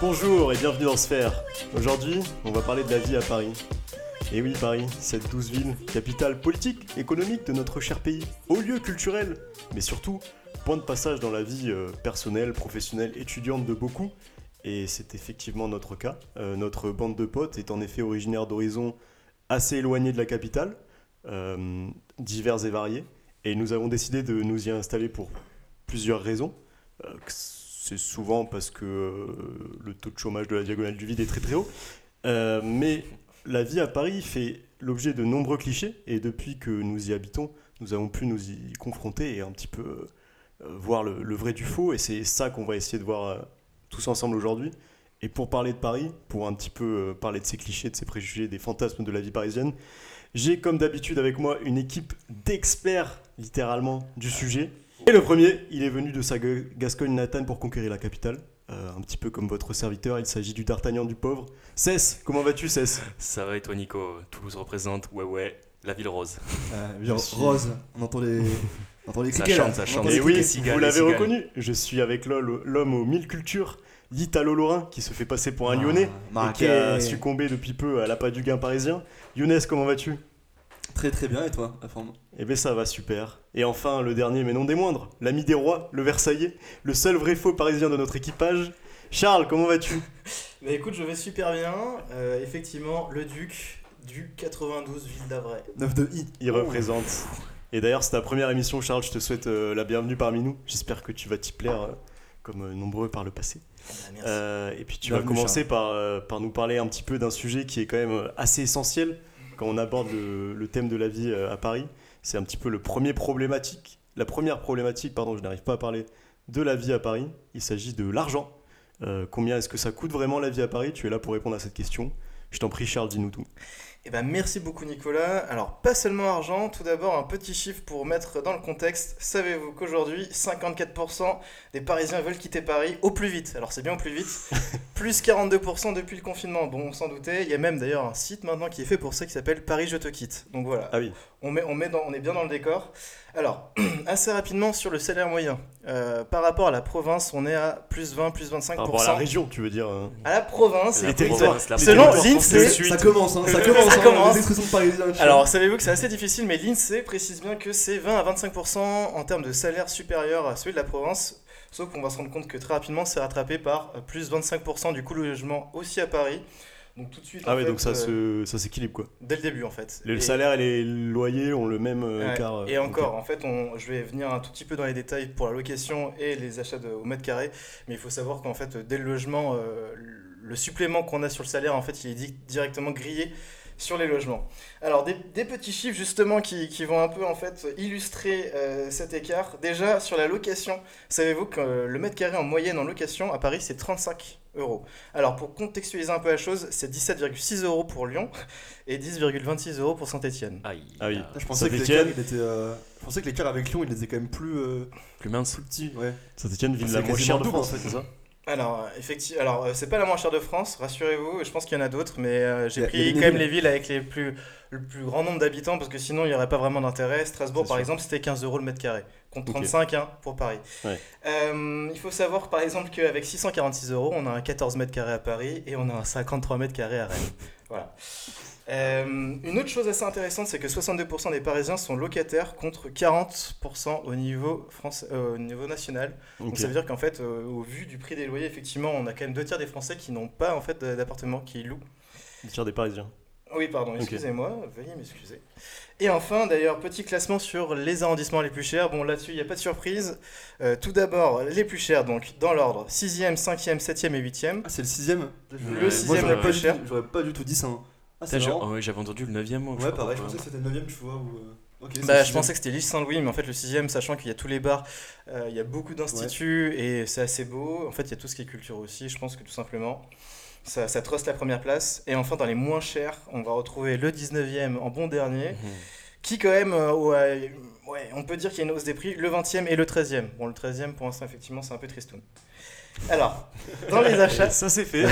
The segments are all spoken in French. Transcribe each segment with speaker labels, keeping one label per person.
Speaker 1: Bonjour et bienvenue en Sphère. Aujourd'hui, on va parler de la vie à Paris. Et oui, Paris, cette douce ville, capitale politique, économique de notre cher pays, haut lieu culturel, mais surtout point de passage dans la vie euh, personnelle, professionnelle, étudiante de beaucoup. Et c'est effectivement notre cas. Euh, notre bande de potes est en effet originaire d'horizons assez éloignés de la capitale, euh, divers et variés. Et nous avons décidé de nous y installer pour plusieurs raisons. Euh, que c'est souvent parce que euh, le taux de chômage de la diagonale du vide est très très haut. Euh, mais la vie à Paris fait l'objet de nombreux clichés. Et depuis que nous y habitons, nous avons pu nous y confronter et un petit peu euh, voir le, le vrai du faux. Et c'est ça qu'on va essayer de voir euh, tous ensemble aujourd'hui. Et pour parler de Paris, pour un petit peu euh, parler de ces clichés, de ces préjugés, des fantasmes de la vie parisienne, j'ai comme d'habitude avec moi une équipe d'experts, littéralement, du sujet. Et le premier, il est venu de sa gue- Gascogne natane pour conquérir la capitale. Euh, un petit peu comme votre serviteur, il s'agit du d'Artagnan du pauvre. Cesse, comment vas-tu, Cesse
Speaker 2: Ça va et toi Nico Toulouse représente, ouais ouais, la ville rose.
Speaker 3: Euh, genre
Speaker 1: Je suis-
Speaker 3: Rose, on entend les, on entend les
Speaker 2: Ça
Speaker 3: criquets,
Speaker 2: chante,
Speaker 3: là.
Speaker 2: ça
Speaker 3: On
Speaker 2: chante.
Speaker 3: entend les
Speaker 1: Et oui,
Speaker 2: les cigales,
Speaker 1: vous
Speaker 2: les
Speaker 1: l'avez
Speaker 2: cigales.
Speaker 1: reconnu, je suis avec l'ol- l'homme aux mille cultures, l'Italo-Lorrain, qui se fait passer pour un
Speaker 3: Ah, euh,
Speaker 1: Lyonnais. Et qui a
Speaker 2: euh,
Speaker 3: Marrakech.
Speaker 1: succombé depuis peu à l'appât du gain parisien. Younes, comment vas-tu
Speaker 3: Très très bien, et toi, la forme
Speaker 1: Eh bien ça va super. Et enfin, le dernier mais non des moindres, l'ami des rois, le Versaillais, le seul vrai faux parisien de notre équipage. Charles, comment vas-tu
Speaker 4: Bah écoute, je vais super bien. Euh, effectivement, le Duc du 92 Ville d'Avray. Ah
Speaker 3: 9 de I.
Speaker 1: Il représente. Et d'ailleurs, c'est ta première émission, Charles, je te souhaite euh, la bienvenue parmi nous. J'espère que tu vas t'y plaire, euh, comme euh, nombreux par le passé.
Speaker 4: Ah bah, merci.
Speaker 1: Euh, et puis tu vas
Speaker 3: Bienvenue,
Speaker 1: commencer par, euh, par nous parler un petit peu d'un sujet qui est quand même euh, assez essentiel quand on aborde le, le thème de la vie euh, à Paris. C'est un petit peu le premier problématique, la première problématique, pardon, je n'arrive pas à parler, de la vie à Paris. Il s'agit de l'argent. Euh, combien est-ce que ça coûte vraiment la vie à Paris Tu es là pour répondre à cette question. Je t'en prie, Charles, dis-nous tout.
Speaker 4: Eh ben, merci beaucoup Nicolas. Alors pas seulement argent, tout d'abord un petit chiffre pour mettre dans le contexte. Savez-vous qu'aujourd'hui 54% des Parisiens veulent quitter Paris au plus vite. Alors c'est bien au plus vite. plus 42% depuis le confinement. Bon, on s'en doutait. Il y a même d'ailleurs un site maintenant qui est fait pour ça qui s'appelle Paris je te quitte. Donc voilà.
Speaker 1: Ah oui.
Speaker 4: On, met, on, met dans- on est bien dans le décor. Alors, assez rapidement sur le salaire moyen. Euh, par rapport à la province, on est à plus 20, plus 25%.
Speaker 1: Par rapport à la région, tu veux dire. hein.
Speaker 4: À la province,
Speaker 1: Les
Speaker 2: La
Speaker 1: territoires.
Speaker 2: province, la
Speaker 1: les
Speaker 4: Selon
Speaker 1: territoires
Speaker 4: l'INSEE,
Speaker 1: français.
Speaker 4: De
Speaker 3: Ça commence, hein, ça commence,
Speaker 4: Ça
Speaker 3: hein,
Speaker 4: commence.
Speaker 3: les expressions parisiennes. je
Speaker 4: Alors, savez-vous que c'est assez difficile, mais l'INSEE précise bien que c'est 20 à 25% en termes de salaire supérieur à celui de la province. Sauf qu'on va se rendre compte que très rapidement, c'est rattrapé par euh, plus 25% du coût logement aussi à Paris. Donc, tout de suite,
Speaker 1: Ah
Speaker 4: en
Speaker 1: ouais,
Speaker 4: fait,
Speaker 1: donc ça
Speaker 4: euh,
Speaker 1: se- ça s'équilibre quoi.
Speaker 4: dès le début, en fait.
Speaker 1: Le
Speaker 4: Et-
Speaker 1: salaire et les loyers ont le même euh,
Speaker 4: Ouais.
Speaker 1: écart. euh,
Speaker 4: Et encore,
Speaker 1: ok.
Speaker 4: en fait, on, je vais venir un tout petit peu dans les détails pour la location et les achats de- au mètre carré, mais il faut savoir qu'en fait, dès le logement, euh, le supplément qu'on a sur le salaire, en fait, il est di- directement grillé sur les logements. Alors, des, des petits chiffres justement qui, qui vont un peu en fait illustrer euh, cet écart. Déjà, sur la location, savez-vous que euh, le mètre carré en moyenne en location à Paris, c'est 35 euros. Alors, pour contextualiser un peu la chose, c'est 17,6 euros pour Lyon et 10,26 euros pour Saint-Etienne.
Speaker 2: Aïe.
Speaker 1: Ah oui.
Speaker 3: crois. Je pensais que l'écart
Speaker 1: Saint-Étienne.
Speaker 3: il était, euh, je pensais que l'écart avec Lyon il était quand même plus, euh,
Speaker 2: Plus mince.
Speaker 3: plus petit, ouais.
Speaker 1: Saint-Etienne, ville
Speaker 3: C'est
Speaker 1: la moins
Speaker 3: quasiment
Speaker 1: chère de
Speaker 3: double,
Speaker 1: France,
Speaker 3: en fait.
Speaker 1: c'est ça
Speaker 4: Alors, euh, effectivement, alors euh, c'est pas la moins chère de France, rassurez-vous, je pense qu'il y en a d'autres, mais euh,
Speaker 3: Il y
Speaker 4: j'ai
Speaker 3: a- il y a des
Speaker 4: pris quand même
Speaker 3: villes.
Speaker 4: les villes avec les plus, le plus grand nombre d'habitants parce que sinon il n'y aurait pas vraiment d'intérêt. Strasbourg,
Speaker 1: C'est
Speaker 4: par
Speaker 1: sûr.
Speaker 4: exemple, c'était 15 euros le mètre carré, contre
Speaker 1: Ok.
Speaker 4: 35 hein, pour Paris.
Speaker 1: Ouais.
Speaker 4: Euh, il faut savoir par exemple qu'avec 646 euros, on a un 14 mètres carrés à Paris et on a un 53 mètres carrés à Rennes. voilà. Euh, une autre chose assez intéressante, c'est que 62% des Parisiens sont locataires contre 40% au niveau, français, euh, au niveau national.
Speaker 1: Ok.
Speaker 4: Donc ça veut dire qu'en fait, euh, au vu du prix des loyers, effectivement, on a quand même deux tiers des Français qui n'ont pas en fait d'appartement, qui louent.
Speaker 1: Le tiers des Parisiens.
Speaker 4: Oui, pardon, excusez-moi, veuillez m'excuser. Et enfin, d'ailleurs, petit classement sur les arrondissements les plus chers. Bon, là-dessus, il n'y a pas de surprise. Euh, tout d'abord, les plus chers, donc, dans l'ordre, 6e, 5e, 7e et 8e.
Speaker 3: Ah, c'est le sixième.
Speaker 4: Le
Speaker 3: Moi,
Speaker 4: sixième
Speaker 3: j'aurais
Speaker 4: le
Speaker 3: pas
Speaker 4: plus
Speaker 3: du
Speaker 4: cher.
Speaker 3: tout- J'aurais pas du tout dit ça. hein. Ah,
Speaker 2: Putain,
Speaker 3: c'est
Speaker 2: j'ai-
Speaker 3: marrant.
Speaker 2: oh ouais, J'avais entendu le 9ème. moi,
Speaker 3: Ouais,
Speaker 2: sais
Speaker 3: pareil,
Speaker 2: oh, pas
Speaker 3: je pensais que c'était le 9ème, tu vois. Ou... euh, Ok,
Speaker 4: Bah,
Speaker 3: c'est
Speaker 4: je
Speaker 3: le
Speaker 4: pensais que c'était l'île Saint-Louis, mais en fait, le 6e, sachant qu'il y a tous les bars, euh, il y a beaucoup d'instituts et c'est assez beau. En fait, il y a tout ce qui est culture aussi, je pense que tout simplement. Ça, ça truste la première place. Et enfin, dans les moins chers, on va retrouver le 19e en bon dernier.
Speaker 2: pourquoi. Mhm.
Speaker 4: qui quand même, euh, ouais, ouais, on peut dire qu'il y a une hausse des prix, le 20e et le 13e. Bon, le 13e, pour l'instant, effectivement, c'est un peu tristoun. Alors, dans les achats,
Speaker 2: Ça c'est fait.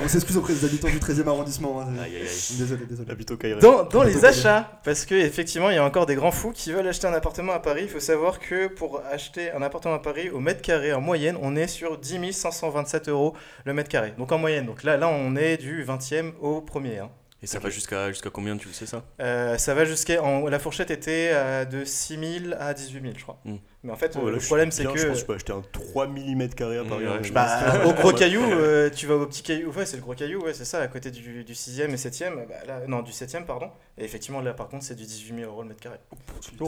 Speaker 3: On s'excuse auprès des habitants du 13e arrondissement. hein.
Speaker 2: Aïe, aïe, aïe.
Speaker 3: Désolé, désolé.
Speaker 1: L'habito Kairé.
Speaker 4: dans, dans les achats, parce que effectivement, il y a encore des grands fous qui veulent acheter un appartement à Paris. Il faut savoir que pour acheter un appartement à Paris, au mètre carré en moyenne, on est sur 10 527 euros le mètre carré. Donc en moyenne. Donc là, là, on est du 20e au premier. hein.
Speaker 2: Et ça va jusqu'à jusqu'à combien, tu le sais ça
Speaker 4: Euh, ça va jusqu'à. en- La fourchette était euh, de 6 000 à 18 000, je crois.
Speaker 2: Mm.
Speaker 4: Mais en fait,
Speaker 1: Oh,
Speaker 4: euh,
Speaker 1: là,
Speaker 4: le
Speaker 1: je suis
Speaker 4: problème, c'est
Speaker 1: bien,
Speaker 4: que.
Speaker 1: Je pense que je peux acheter un 3 mm carré à Paris.
Speaker 2: Ouais,
Speaker 1: hein,
Speaker 2: je-
Speaker 1: mais-
Speaker 4: Bah, au gros caillou, euh, tu vas au petit caillou. Ouais, c'est le gros caillou, ouais, c'est ça, à côté du, 6ème et 7ème. Bah, là, non, du 7ème, pardon. Et effectivement, là, par contre, c'est du 18 000 euros le mètre carré.
Speaker 3: Euh,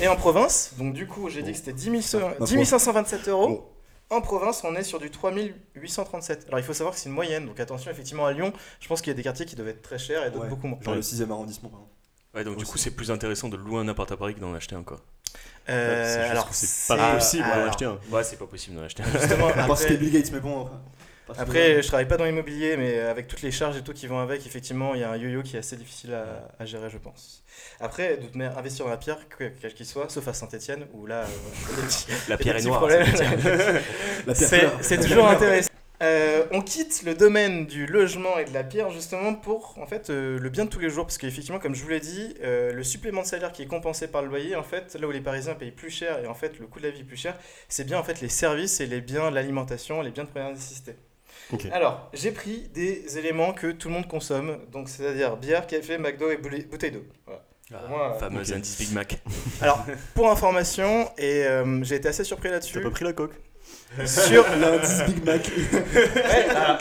Speaker 4: Et en province, donc du coup, j'ai dit que c'était 10, 000
Speaker 3: Bon.
Speaker 4: 10 527
Speaker 1: Bon.
Speaker 4: euros. En province, on est sur du 3 837. Alors, il faut savoir que c'est une moyenne. Donc, attention, effectivement, à Lyon, je pense qu'il y a des quartiers qui doivent être très chers et d'autres
Speaker 3: Ouais.
Speaker 4: beaucoup moins.
Speaker 3: Genre le 6e arrondissement, pardon.
Speaker 2: Ouais, donc du
Speaker 3: Aussi.
Speaker 2: coup, c'est plus intéressant de louer un appart à Paris que d'en acheter un quoi.
Speaker 4: Euh,
Speaker 1: c'est juste
Speaker 4: alors,
Speaker 1: que c'est
Speaker 4: c'est-
Speaker 1: pas possible d'en
Speaker 4: alors,
Speaker 1: acheter un.
Speaker 2: Ouais, c'est pas possible d'en acheter un.
Speaker 4: justement,
Speaker 3: Parce
Speaker 4: après-
Speaker 3: que Bill Gates, mais bon. enfin, parce que-
Speaker 4: Après, je travaille pas dans l'immobilier, mais avec toutes les charges et tout qui vont avec, effectivement, il y a un yo-yo qui est assez difficile à, à gérer, je pense. Après, de toute manière, investir dans la pierre, que- quel qu'il soit, sauf à Saint-Etienne, où là, euh, les petits-
Speaker 2: La
Speaker 4: les
Speaker 2: pierre est
Speaker 4: petits
Speaker 2: noire.
Speaker 4: problèmes,
Speaker 2: ça veut dire.
Speaker 3: la pierre
Speaker 4: c'est
Speaker 3: pleure.
Speaker 4: c'est toujours intéressant. Euh, on quitte le domaine du logement et de la pierre justement pour en fait euh, le bien de tous les jours parce qu'effectivement comme je vous l'ai dit euh, le supplément de salaire qui est compensé par le loyer en fait là où les Parisiens payent plus cher et en fait le coût de la vie est plus cher c'est bien en fait les services et les biens l'alimentation les biens de première nécessité.
Speaker 1: Ok.
Speaker 4: Alors j'ai pris des éléments que tout le monde consomme donc c'est-à-dire bière café McDo et boule- bouteille d'eau. Voilà.
Speaker 2: Ah,
Speaker 4: Moi,
Speaker 2: fameux
Speaker 1: ok.
Speaker 2: indice Big Mac.
Speaker 4: Pour information et euh, j'ai été assez surpris
Speaker 1: T'as
Speaker 4: là-dessus
Speaker 1: pas pris la coque
Speaker 4: sur
Speaker 3: L'indice Big Mac.
Speaker 4: Ouais, ah,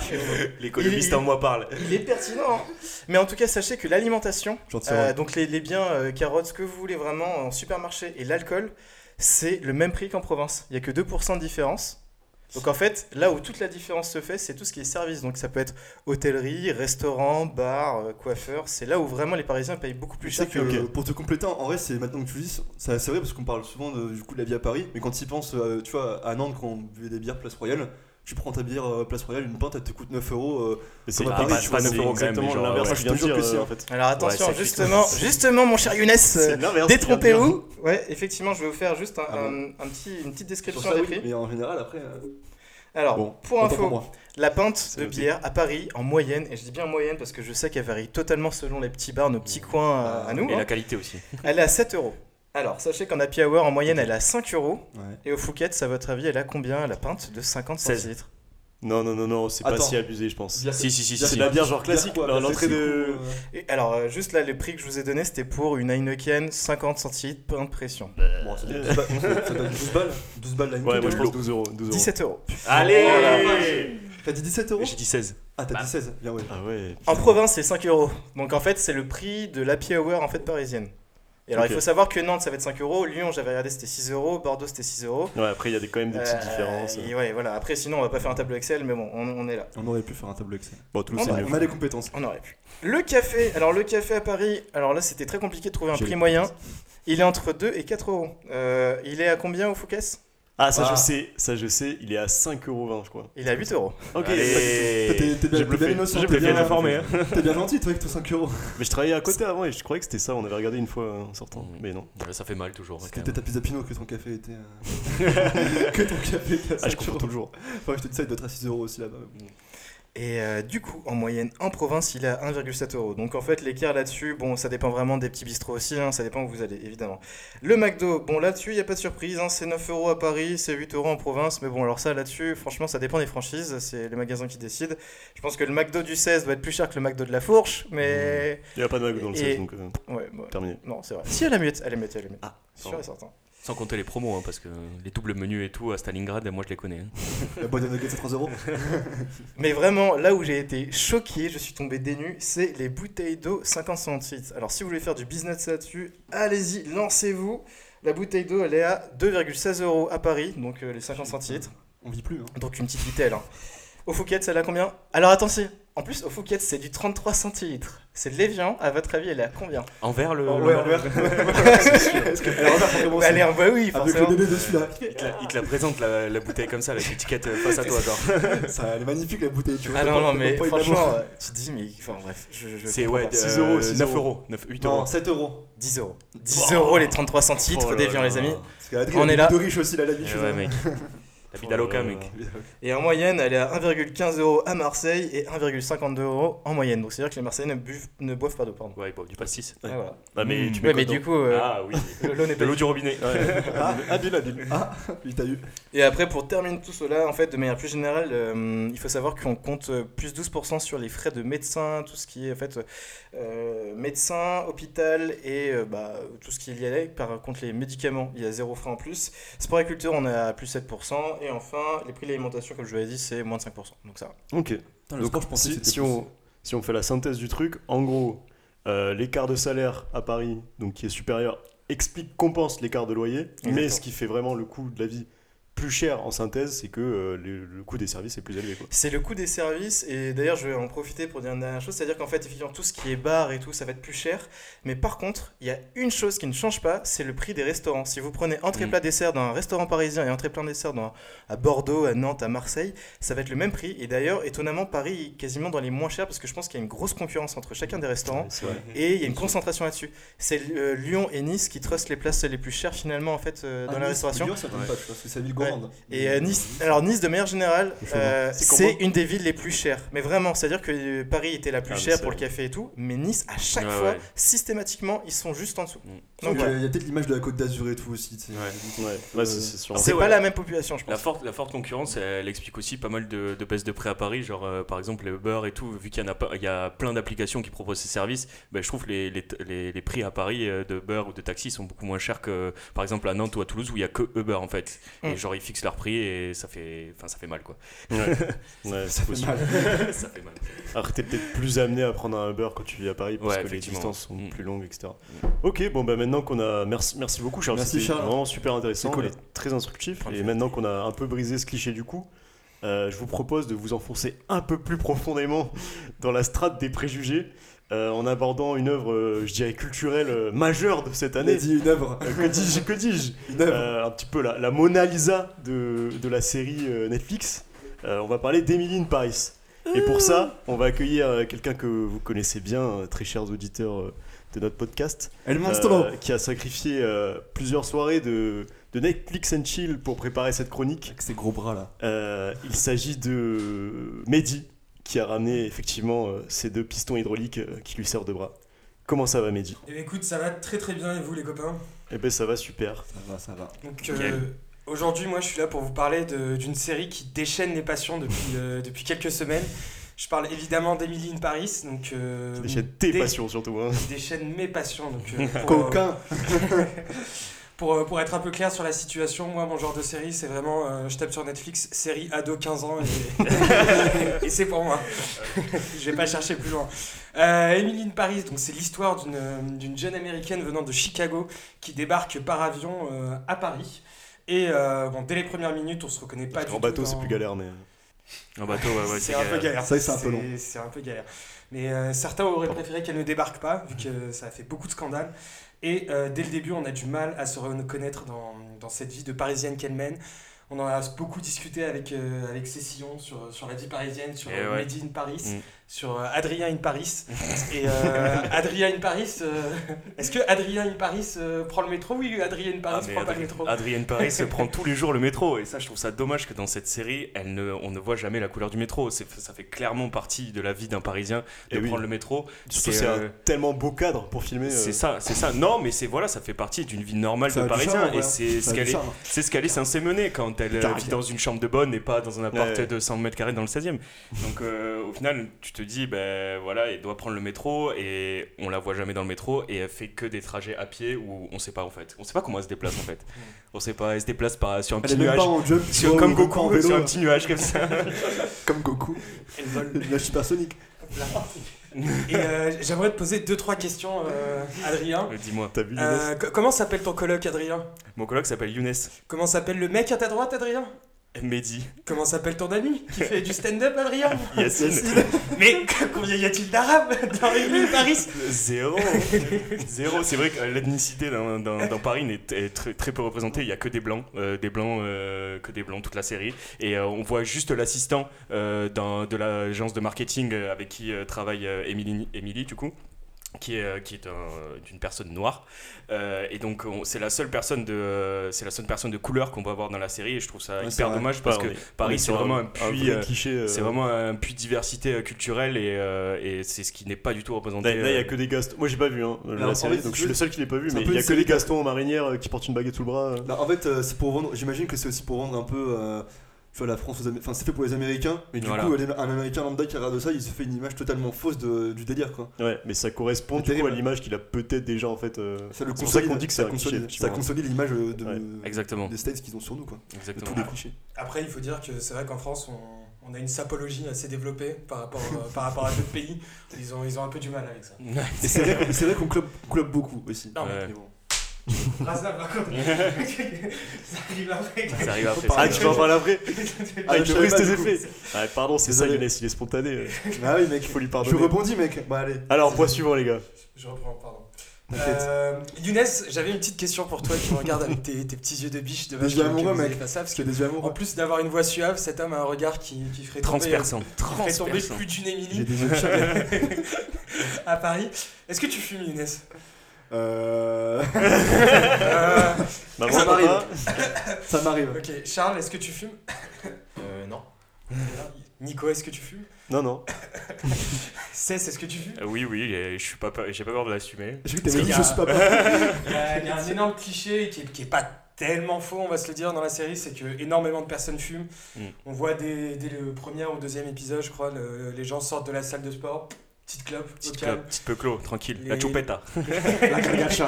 Speaker 2: L'économiste en moi parle.
Speaker 4: il est pertinent hein. mais en tout cas sachez que l'alimentation
Speaker 3: J'en tire
Speaker 4: Euh,
Speaker 3: un.
Speaker 4: donc les, les biens, euh, carottes, ce que vous voulez vraiment en supermarché et l'alcool, c'est le même prix qu'en province. Il n'y a que 2% de différence. Donc en fait, là où toute la différence se fait, c'est tout ce qui est service. Donc ça peut être hôtellerie, restaurant, bar, euh, coiffeur. C'est là où vraiment les Parisiens payent beaucoup plus
Speaker 3: Tu sais
Speaker 4: cher
Speaker 3: que
Speaker 4: que...
Speaker 1: Ok.
Speaker 3: pour te compléter, en vrai, c'est maintenant que tu le dis, c'est assez vrai parce qu'on parle souvent de- du coût de la vie à Paris, mais quand tu y penses, euh, tu vois, à Nantes, quand on buvait des bières Place Royale, tu prends ta bière euh, Place Royale, une pinte, elle te coûte 9 euros. euh,
Speaker 1: Mais c'est
Speaker 3: Comme à
Speaker 1: pas-
Speaker 3: Paris,
Speaker 1: c'est
Speaker 3: tu
Speaker 1: pas
Speaker 2: vois,
Speaker 1: c'est
Speaker 2: c'est
Speaker 1: exactement
Speaker 2: quand même, mais
Speaker 1: l'inverse
Speaker 2: genre,
Speaker 1: que je
Speaker 3: ouais,
Speaker 1: viens de
Speaker 3: je
Speaker 1: dire
Speaker 3: te jure que
Speaker 1: euh,
Speaker 3: si,
Speaker 1: en fait.
Speaker 4: Alors attention,
Speaker 2: Ouais, ça,
Speaker 4: justement, justement mon cher Younes,
Speaker 1: C'est l'inverse. que je viens de dire.
Speaker 4: détrompez-vous. Ouais, effectivement, je vais vous faire juste un,
Speaker 3: Ah bon.
Speaker 4: un- un petit, une
Speaker 3: sur
Speaker 4: petite description
Speaker 3: ça,
Speaker 4: des
Speaker 3: oui,
Speaker 4: prix.
Speaker 3: mais en général, après. euh,
Speaker 4: Alors,
Speaker 3: bon,
Speaker 4: pour
Speaker 3: autant
Speaker 4: info,
Speaker 3: moi.
Speaker 4: La pinte
Speaker 1: C'est
Speaker 4: de
Speaker 1: noté.
Speaker 4: bière à Paris, en moyenne, et je dis bien en moyenne parce que je sais qu'elle varie totalement selon les petits bars, nos petits coins à, à nous,
Speaker 2: Et
Speaker 4: hein,
Speaker 2: la qualité aussi.
Speaker 4: elle est à 7 euros. Alors, sachez qu'en happy hour, en moyenne, elle est à 5 euros.
Speaker 3: Ouais.
Speaker 4: Et au Fouquet, ça, à votre avis, elle a combien La pinte de 50
Speaker 2: 16.
Speaker 4: centilitres.
Speaker 1: Non, non, non, non, c'est pas
Speaker 3: Attends.
Speaker 1: si abusé, je pense.
Speaker 2: Si, si, si,
Speaker 1: C'est
Speaker 2: si.
Speaker 1: de la bière genre classique,
Speaker 3: Bière quoi,
Speaker 1: alors l'entrée
Speaker 3: classique
Speaker 1: de.
Speaker 3: ou, euh,
Speaker 4: Et alors, euh, juste là, les prix que je vous ai donné, c'était pour une Heineken 50 centilitres, plein de pression.
Speaker 3: Bon, ça donne 12 balles. ça donne 12 balles. 12 balles la
Speaker 1: Ouais, moi je pense
Speaker 3: Heineken.
Speaker 1: 12 euros. 12 euros.
Speaker 4: 17 euros. Oh la
Speaker 2: Allez
Speaker 3: T'as dit 17 euros
Speaker 2: J'ai dit 16.
Speaker 3: Ah, t'as
Speaker 2: Bah.
Speaker 3: dit 16. Bien, ouais.
Speaker 1: Ah ouais.
Speaker 4: En province, c'est 5 euros. Donc en fait, c'est le prix de l'happy hour en fait parisienne. Et alors,
Speaker 1: Ok.
Speaker 4: il faut savoir que Nantes, ça va être 5 euros. Lyon, j'avais regardé, c'était 6 euros. Bordeaux, c'était 6 euros.
Speaker 1: Ouais, après, il y a des- quand même des petites
Speaker 4: Euh,
Speaker 1: différences. hein.
Speaker 4: et ouais, voilà. Après, sinon, on va pas faire un tableau Excel, mais bon, on, on est là.
Speaker 3: On aurait pu faire un tableau Excel.
Speaker 1: Bon, Toulouse,
Speaker 4: on
Speaker 1: c'est
Speaker 4: va-
Speaker 1: mieux.
Speaker 3: On a les compétences.
Speaker 4: On aurait pu. Le café, alors le café à Paris, alors là, c'était très compliqué de trouver un
Speaker 3: J'ai
Speaker 4: prix
Speaker 3: eu.
Speaker 4: moyen. Il est entre 2 et 4 euros. Euh, Il est à combien au Fouquet
Speaker 1: Ah, ça
Speaker 3: Ah.
Speaker 1: je sais, ça je sais, il est à 5,20€ je crois.
Speaker 4: Il est à 8 euros.
Speaker 1: Ok,
Speaker 2: Allez.
Speaker 3: T'es t'es- t'es bien
Speaker 1: J'ai
Speaker 3: t'es bien
Speaker 1: bluffé.
Speaker 3: innocent.
Speaker 1: J'ai
Speaker 3: t'es
Speaker 1: bluffé, hein.
Speaker 3: bien- hein.
Speaker 1: j'ai bluffé.
Speaker 3: T'es bien gentil, toi, avec tes 5 euros.
Speaker 1: Mais je travaillais à côté avant et je croyais que c'était ça, on avait regardé une fois euh, en sortant.
Speaker 2: Mm.
Speaker 1: Mais non.
Speaker 2: Ouais, Ça fait mal toujours. quand
Speaker 3: C'était
Speaker 2: même.
Speaker 3: peut-être à Pisapino que ton café était. euh, que ton café était à
Speaker 1: Ah, je
Speaker 3: 5
Speaker 1: comprends
Speaker 3: euros.
Speaker 1: toujours.
Speaker 3: Enfin, je te dis ça, il doit être à 6 euros aussi là-bas.
Speaker 4: Et euh, du coup, en moyenne, en province, il est à 1,7 euros. Donc en fait, l'écart là-dessus, bon, ça dépend vraiment des petits bistrots aussi, hein, ça dépend où vous allez, évidemment. Le McDo, bon, là-dessus, il n'y a pas de surprise, hein, c'est 9 euros à Paris, c'est 8 euros en province, mais bon, alors ça, là-dessus, franchement, ça dépend des franchises, c'est les magasins qui décident. Je pense que le McDo du 16 doit être plus cher que le McDo de la Fourche, mais.
Speaker 1: Il n'y a pas de McDo dans le
Speaker 4: Et-
Speaker 1: set, donc euh,
Speaker 4: Ouais, bon,
Speaker 1: terminé.
Speaker 4: non, c'est vrai. Si, à la muette, à la muette, à la muette.
Speaker 1: Ah,
Speaker 4: sûr et certain.
Speaker 2: Sans compter les promos, hein, parce que les doubles menus et tout à Stalingrad, moi je les connais. hein.
Speaker 3: La boîte de nuggets à 3 euros.
Speaker 4: Mais vraiment, là où j'ai été choqué, je suis tombé des nues, c'est les bouteilles d'eau 50 centilitres. Alors si vous voulez faire du business là-dessus, allez-y, lancez-vous. La bouteille d'eau, elle est à 2,16 euros à Paris, donc euh, les 50 centilitres.
Speaker 3: On vit plus, hein.
Speaker 4: Donc une petite vitelle. hein. Au Fouquet, celle-là combien Alors attends, si. En plus, au Fouquet, c'est du 33 centilitres. C'est de l'évian, à votre avis, elle est à combien
Speaker 2: Envers le.
Speaker 4: Oh,
Speaker 2: le-
Speaker 4: ouais,
Speaker 2: le-
Speaker 4: envers.
Speaker 3: Est-ce que- Alors, on va
Speaker 2: Oh,
Speaker 3: faire
Speaker 4: Bah,
Speaker 3: commencer.
Speaker 4: elle est en- bah oui,
Speaker 3: Avec
Speaker 4: forcément.
Speaker 3: le bébé dessus là.
Speaker 2: Il te la, il te la présente la, la bouteille comme ça avec l'étiquette euh, face à toi genre.
Speaker 3: Ça, elle est magnifique la bouteille, tu vois.
Speaker 4: Ah
Speaker 3: t'as
Speaker 4: non,
Speaker 3: pas-
Speaker 4: non,
Speaker 3: t'as
Speaker 4: mais
Speaker 3: pas eu de
Speaker 4: franchement,
Speaker 3: l'amour.
Speaker 4: euh, tu te dis, mais enfin bref, je. je- je
Speaker 2: C'est
Speaker 4: comprends
Speaker 2: ouais,
Speaker 4: pas.
Speaker 1: Six
Speaker 2: euh,
Speaker 1: euros, six
Speaker 2: 9
Speaker 1: euros.
Speaker 2: euros, 9, 8
Speaker 3: Non,
Speaker 2: euros.
Speaker 3: 7 euros.
Speaker 4: 10 euros. 10 euros les 33 centilitres
Speaker 2: Oh là
Speaker 4: d'évian,
Speaker 2: là.
Speaker 4: les amis.
Speaker 3: Parce qu'elle a dit
Speaker 4: On
Speaker 3: qu'elle
Speaker 4: est
Speaker 3: était
Speaker 4: là.
Speaker 3: de riche aussi, là, la vie.
Speaker 2: Eh ouais, mec. La vie d'Aloca, mec.
Speaker 4: Et en moyenne, elle est à 1,15 euros à Marseille et 1,52 euros en moyenne. Donc c'est-à-dire que les Marseillais ne, buvent- ne boivent pas d'eau, pardon.
Speaker 2: Ouais, bon, du pastis.
Speaker 4: Ah, voilà.
Speaker 2: Ah, mais tu
Speaker 4: Ouais,
Speaker 2: mets
Speaker 4: mais
Speaker 2: quoi
Speaker 4: du
Speaker 2: dedans
Speaker 4: coup, euh,
Speaker 2: Ah oui.
Speaker 4: l'eau n'est
Speaker 2: De
Speaker 4: pas
Speaker 2: l'eau du robinet.
Speaker 3: Ah, habile, habile. Ah, il t'a eu.
Speaker 4: Et après, pour terminer tout cela, en fait, de manière plus générale, euh, il faut savoir qu'on compte euh, plus 12% sur les frais de médecin, tout ce qui est en fait euh, médecin, hôpital et euh, bah, tout ce qui est lié à Par contre, les médicaments, il y a zéro frais en plus. Sport et culture, on est à plus 7%. Et enfin, les prix de l'alimentation, comme je vous l'ai dit, c'est moins de 5%. Donc ça va.
Speaker 1: Ok.
Speaker 3: Putain,
Speaker 1: Donc, si, si on, si on fait la synthèse du truc, en gros, euh, l'écart de salaire à Paris, donc qui est supérieur, explique, compense l'écart de loyer. Mais
Speaker 4: Exactement.
Speaker 1: ce qui fait vraiment le coût de la vie plus cher en synthèse, c'est que euh, le, le coût des services est plus élevé. Quoi.
Speaker 4: C'est le coût des services, et d'ailleurs je vais en profiter pour dire une dernière chose, c'est-à-dire qu'en fait, effectivement, tout ce qui est bar et tout, ça va être plus cher, mais par contre, il y a une chose qui ne change pas, c'est le prix des restaurants. Si vous prenez entrée
Speaker 2: Mm.
Speaker 4: plat dessert dans un restaurant parisien et entrée plein dessert dans, à Bordeaux, à Nantes, à Marseille, ça va être le même prix, et d'ailleurs, étonnamment, Paris est quasiment dans les moins chers, parce que je pense qu'il y a une grosse concurrence entre chacun des restaurants,
Speaker 1: C'est vrai.
Speaker 4: et il y a une concentration là-dessus. C'est euh, Lyon et Nice qui trustent les places les plus chères, finalement, en fait,
Speaker 3: Ah,
Speaker 4: euh, dans la restauration.
Speaker 3: Lyon, ça tombe pas, tu vois, parce que c'est une ville grande.
Speaker 4: Et euh, Nice, alors Nice de manière générale,
Speaker 1: chaud,
Speaker 4: euh,
Speaker 1: C'est comment
Speaker 4: c'est une des villes les plus chères. Mais vraiment, c'est-à-dire que euh, Paris était la plus
Speaker 1: Ah, mais
Speaker 4: chère
Speaker 1: c'est-
Speaker 4: pour le café et tout, mais Nice, à chaque
Speaker 2: Ouais,
Speaker 4: fois,
Speaker 2: ouais.
Speaker 4: systématiquement, ils sont juste en dessous.
Speaker 2: Mm.
Speaker 4: Donc
Speaker 3: Donc, euh,
Speaker 4: voilà.
Speaker 3: il y a peut-être l'image de la Côte d'Azur et tout aussi. tu sais.
Speaker 2: Ouais.
Speaker 1: Ouais,
Speaker 3: Euh,
Speaker 1: ouais, c'est- c'est sûr.
Speaker 4: C'est
Speaker 2: ouais.
Speaker 4: pas la même population, je pense.
Speaker 2: La forte, la forte concurrence, elle explique aussi pas mal de, de baisses de prix à Paris, genre euh, par exemple les Uber et tout, vu qu'il y, en a pas- il y a plein d'applications qui proposent ces services, ben, je trouve les, les, les- les prix à Paris euh, de Uber ou de taxi sont beaucoup moins chers que par exemple à Nantes ou à Toulouse où il y a que Uber en fait.
Speaker 4: Mm.
Speaker 2: Et genre ils fixent leur prix et ça fait, enfin, ça fait mal quoi.
Speaker 1: Ouais,
Speaker 3: Ça
Speaker 1: c'est
Speaker 3: fait
Speaker 1: possible.
Speaker 3: mal.
Speaker 2: ça fait mal.
Speaker 1: Alors que t'es peut-être plus amené à prendre un Uber quand tu vis à Paris parce
Speaker 2: Ouais,
Speaker 1: que les
Speaker 2: effectivement.
Speaker 1: distances sont
Speaker 2: Mm.
Speaker 1: plus longues, etc.
Speaker 2: Mm.
Speaker 1: Ok, bon bah maintenant qu'on a... Merci, merci beaucoup Charles,
Speaker 3: Merci,
Speaker 1: c'était
Speaker 3: Charles.
Speaker 1: vraiment super intéressant
Speaker 3: C'est cool.
Speaker 1: et très instructif.
Speaker 2: Prends le
Speaker 1: Et
Speaker 2: fait.
Speaker 1: maintenant qu'on a un peu brisé ce cliché du coup, euh, je vous propose de vous enfoncer un peu plus profondément dans la strate des préjugés euh, en abordant une œuvre, euh, je dirais, culturelle euh, majeure de cette
Speaker 3: On a
Speaker 1: année.
Speaker 3: dit une œuvre.
Speaker 1: Euh, Que dis-je Que dis-je
Speaker 3: Une œuvre.
Speaker 1: Euh, un petit peu la, la Mona Lisa de, de la série euh, Netflix. Euh, on va parler d'Emily in Paris. Et pour ça, on va accueillir euh, quelqu'un que vous connaissez bien, euh, très chers auditeurs euh, de notre podcast,
Speaker 3: Elle
Speaker 1: euh,
Speaker 3: monstro.
Speaker 1: qui a sacrifié euh, plusieurs soirées de, de Netflix and Chill pour préparer cette chronique.
Speaker 3: Avec ses gros bras là.
Speaker 1: Euh, il s'agit de Mehdi, qui a ramené effectivement euh, ces deux pistons hydrauliques euh, qui lui servent de bras. Comment ça va Mehdi
Speaker 5: Eh bien, écoute, ça va très très bien et vous les copains
Speaker 1: Eh ben ça va super.
Speaker 3: Ça va, ça va.
Speaker 5: Donc
Speaker 2: Nickel.
Speaker 5: euh, aujourd'hui moi je suis là pour vous parler de- d'une série qui déchaîne les passions depuis, euh, depuis quelques semaines. Je parle évidemment d'Emily in Paris, donc... euh,
Speaker 1: J'ai tes
Speaker 5: dé-
Speaker 1: passions surtout. hein.
Speaker 5: qui déchaîne mes passions. Donc, euh, pour, euh,
Speaker 3: Coquin.
Speaker 5: pour, euh, pour être un peu clair sur la situation, moi mon genre de série c'est vraiment, euh, je tape sur Netflix, série ado 15 ans et, et c'est pour moi. je vais pas chercher plus loin. Euh, Emily in Paris, donc c'est l'histoire d'une, euh, d'une jeune américaine venant de Chicago qui débarque par avion euh, à Paris. Et euh, bon, dès les premières minutes, on se reconnaît pas du
Speaker 1: En
Speaker 5: tout
Speaker 1: bateau, c'est
Speaker 5: dans-
Speaker 1: plus galère, mais.
Speaker 2: Un bateau, ouais, ouais,
Speaker 5: c'est un peu
Speaker 2: galère.
Speaker 5: galère.
Speaker 3: Ça, c'est un peu long.
Speaker 5: C'est un peu galère. Mais euh, certains auraient préféré qu'elle ne débarque pas, vu que ça a fait beaucoup de scandales. Et euh, dès le début, on a du mal à se reconnaître dans, dans cette vie de parisienne qu'elle mène. On en a beaucoup discuté avec, euh, avec Cécillon sur, sur la vie parisienne, sur
Speaker 2: Eh
Speaker 5: euh,
Speaker 2: ouais.
Speaker 5: Mehdi in Paris,
Speaker 2: Mm.
Speaker 5: sur euh, Adrien in Paris. Et euh, Adrien in Paris, euh, est-ce que Adrien in Paris euh, prend le métro Oui, Adrien in
Speaker 2: Ah,
Speaker 5: Paris
Speaker 2: mais
Speaker 5: prend pas
Speaker 2: Adri-
Speaker 5: le métro.
Speaker 2: Adrienne Paris se prend tous les jours le métro et ça je trouve ça dommage que dans cette série elle ne, on ne voit jamais la couleur du métro. C'est- Ça fait clairement partie de la vie d'un Parisien
Speaker 1: Eh
Speaker 2: de
Speaker 1: oui.
Speaker 2: prendre le métro.
Speaker 1: Surtout,
Speaker 2: C'est,
Speaker 1: c'est un
Speaker 2: euh,
Speaker 1: tellement beau cadre pour filmer. euh,
Speaker 2: C'est ça, c'est ça. Non mais c'est voilà, ça fait partie d'une vie normale
Speaker 3: Ça a
Speaker 2: de
Speaker 3: du
Speaker 2: Parisien
Speaker 3: charme,
Speaker 2: et
Speaker 3: ouais.
Speaker 2: c'est
Speaker 3: Ça
Speaker 2: ce
Speaker 3: a du
Speaker 2: qu'elle est,
Speaker 3: charme.
Speaker 2: c'est ce qu'elle est censée mener quand elle euh,
Speaker 3: Caractère.
Speaker 2: vit dans une chambre de bonne et pas dans un appart
Speaker 1: Ouais.
Speaker 2: de 100 mètres carrés dans le 16e. Donc euh, au final tu te dis ben voilà, elle doit prendre le métro et on la voit jamais dans le métro et elle fait que des trajets à pied où on sait pas en fait. On sait pas comment elle se déplace en fait. On sait pas, elle se déplace par, sur un
Speaker 3: Elle
Speaker 2: petit
Speaker 3: est même
Speaker 2: nuage.
Speaker 3: pas en jump.
Speaker 2: Sur-
Speaker 3: ou
Speaker 2: comme
Speaker 3: même pas
Speaker 2: Goku,
Speaker 3: en vélo,
Speaker 2: sur un
Speaker 3: là.
Speaker 2: petit nuage comme ça.
Speaker 3: Comme Goku.
Speaker 5: Elle vole.
Speaker 3: La supersonique.
Speaker 5: Et euh, j'aimerais te poser deux trois questions, euh, Adrien.
Speaker 2: Euh, Dis-moi.
Speaker 1: T'as vu
Speaker 5: Euh, co- comment s'appelle ton coloc, Adrien
Speaker 2: Mon coloc s'appelle Younes.
Speaker 5: Comment s'appelle le mec à ta droite, Adrien
Speaker 2: Mehdi,
Speaker 5: Comment s'appelle ton ami qui fait du stand-up, Adrien
Speaker 2: Yacine,
Speaker 5: Mais combien y a-t-il d'arabes dans les rues de Paris
Speaker 2: zéro Zéro, c'est vrai que l'ethnicité dans, dans- dans Paris n'est est très, très peu représentée, il n'y a que des blancs, euh, des blancs, euh, que des blancs toute la série, et euh, on voit juste l'assistant euh, dans- de l'agence de marketing euh, avec qui euh, travaille euh, Emily, Emily, du coup, qui est, euh, qui est un- d'une personne noire, Euh, et donc on- c'est la seule personne de, euh, c'est la seule personne de couleur qu'on va voir dans la série, et je trouve ça
Speaker 3: Ouais, c'est
Speaker 2: hyper
Speaker 3: vrai.
Speaker 2: dommage parce que
Speaker 1: Ouais, on est- on
Speaker 2: Paris
Speaker 1: est
Speaker 2: c'est
Speaker 1: sur
Speaker 2: vraiment un
Speaker 1: un
Speaker 2: puits,
Speaker 1: vrai
Speaker 2: euh,
Speaker 1: cliché. euh,
Speaker 2: c'est vraiment un puits de diversité euh, culturelle et, euh, et c'est ce qui n'est pas du tout représenté.
Speaker 1: Là, il n'y
Speaker 2: euh,
Speaker 1: a que des Gastons. Moi, j'ai pas vu hein,
Speaker 3: en
Speaker 1: la série,
Speaker 3: fait,
Speaker 1: donc
Speaker 3: si
Speaker 1: je suis
Speaker 3: tu
Speaker 1: le seul qui l'ai pas vu,
Speaker 3: c'est un
Speaker 1: mais
Speaker 3: peu
Speaker 1: il y a
Speaker 3: une
Speaker 1: que des
Speaker 3: série de-
Speaker 1: Gastons en marinière euh, qui portent une baguette sous le bras. euh.
Speaker 3: Bah, en fait, euh, c'est pour vendre. J'imagine que c'est aussi pour vendre un peu. euh, tu vois, la France aux Am- Enfin, c'est fait pour les Américains, mais du
Speaker 2: Voilà.
Speaker 3: coup, les- un Américain lambda qui regarde ça, il se fait une image totalement fausse de- du délire, quoi.
Speaker 1: Ouais, mais ça correspond
Speaker 3: C'est
Speaker 1: du coup
Speaker 3: terrible.
Speaker 1: à l'image qu'il a peut-être déjà en fait. euh,
Speaker 3: Ça le
Speaker 1: C'est pour ça
Speaker 3: consolide,
Speaker 1: qu'on dit que c'est
Speaker 3: ça
Speaker 1: un cliché,
Speaker 3: consolide,
Speaker 1: tu
Speaker 3: ça
Speaker 1: vois.
Speaker 3: consolide l'image euh, de,
Speaker 1: Ouais,
Speaker 2: Exactement.
Speaker 3: des States qu'ils ont sur nous, quoi. De tous
Speaker 2: Exactement.
Speaker 3: les clichés.
Speaker 5: Après, il faut dire que c'est vrai qu'en France, on, on a une sapologie assez développée par rapport, euh, par rapport à d'autres pays. Ils ont, ils ont un peu du mal avec ça.
Speaker 3: Et c'est vrai, qu'on- c'est vrai qu'on club, club beaucoup aussi.
Speaker 5: Non, mais-
Speaker 2: Ouais.
Speaker 3: Mais bon.
Speaker 5: Razab, par contre, ça arrive après.
Speaker 2: Ça arrive après.
Speaker 1: Ah,
Speaker 2: ça.
Speaker 1: tu vas en parler après Ah,
Speaker 3: je
Speaker 1: il te
Speaker 3: savais
Speaker 1: brise
Speaker 3: pas,
Speaker 1: tes
Speaker 3: du coup.
Speaker 1: effets Ouais, Pardon, c'est ça,
Speaker 3: Désolé.
Speaker 1: Younes, il est spontané. euh,
Speaker 3: Ah oui, mec,
Speaker 1: Il faut lui
Speaker 3: je
Speaker 1: pardonner.
Speaker 3: rebondis, mec. Bah, allez.
Speaker 1: Alors, point suivant, les gars.
Speaker 5: Je reprends, pardon.
Speaker 3: T'inquiète.
Speaker 5: Euh, Younes, j'avais une petite question pour toi qui me regarde avec tes, tes petits yeux de biche de
Speaker 3: Des
Speaker 5: vache
Speaker 3: yeux
Speaker 5: que- que
Speaker 3: amoureux,
Speaker 5: vous avez
Speaker 3: mec.
Speaker 5: pas ça,
Speaker 3: Parce
Speaker 5: parce que
Speaker 3: qu'il y a des yeux amoureux.
Speaker 5: en plus d'avoir une voix suave, cet homme a un regard qui, qui ferait tomber, euh,
Speaker 2: Transperçant.
Speaker 5: qui ferait tomber
Speaker 2: Transperçant.
Speaker 5: plus d'une
Speaker 3: J'ai
Speaker 5: Émilie
Speaker 3: des yeux pires.
Speaker 5: à Paris. Est-ce que tu fumes, Younes
Speaker 3: Euh,
Speaker 5: Euh,
Speaker 1: Maman, papa,
Speaker 3: Ça m'arrive. Ça m'arrive.
Speaker 5: Ok, Charles, est-ce que tu fumes
Speaker 4: Euh, non.
Speaker 5: Nico, est-ce que tu fumes
Speaker 1: Non, non.
Speaker 5: Cess, est-ce que tu fumes
Speaker 2: Euh, Oui, oui, et je suis pas, peur- j'ai pas peur de l'assumer.
Speaker 3: J'ai vu que
Speaker 5: Parce
Speaker 3: t'avais dit
Speaker 5: qu'il y a-
Speaker 3: je suis pas parfait.
Speaker 5: Il y, a il y a un énorme cliché qui est, qui est pas tellement faux, on va se le dire, dans la série, c'est que énormément de personnes fument.
Speaker 2: Mm.
Speaker 5: On voit dès, dès le premier ou deuxième épisode, je crois, le- les gens sortent de la salle de sport, petite clope, au
Speaker 2: Petite
Speaker 5: calme.
Speaker 2: clope, petite peu clos, tranquille. La hein.
Speaker 5: Les-
Speaker 2: choupetta.
Speaker 3: La gargacha.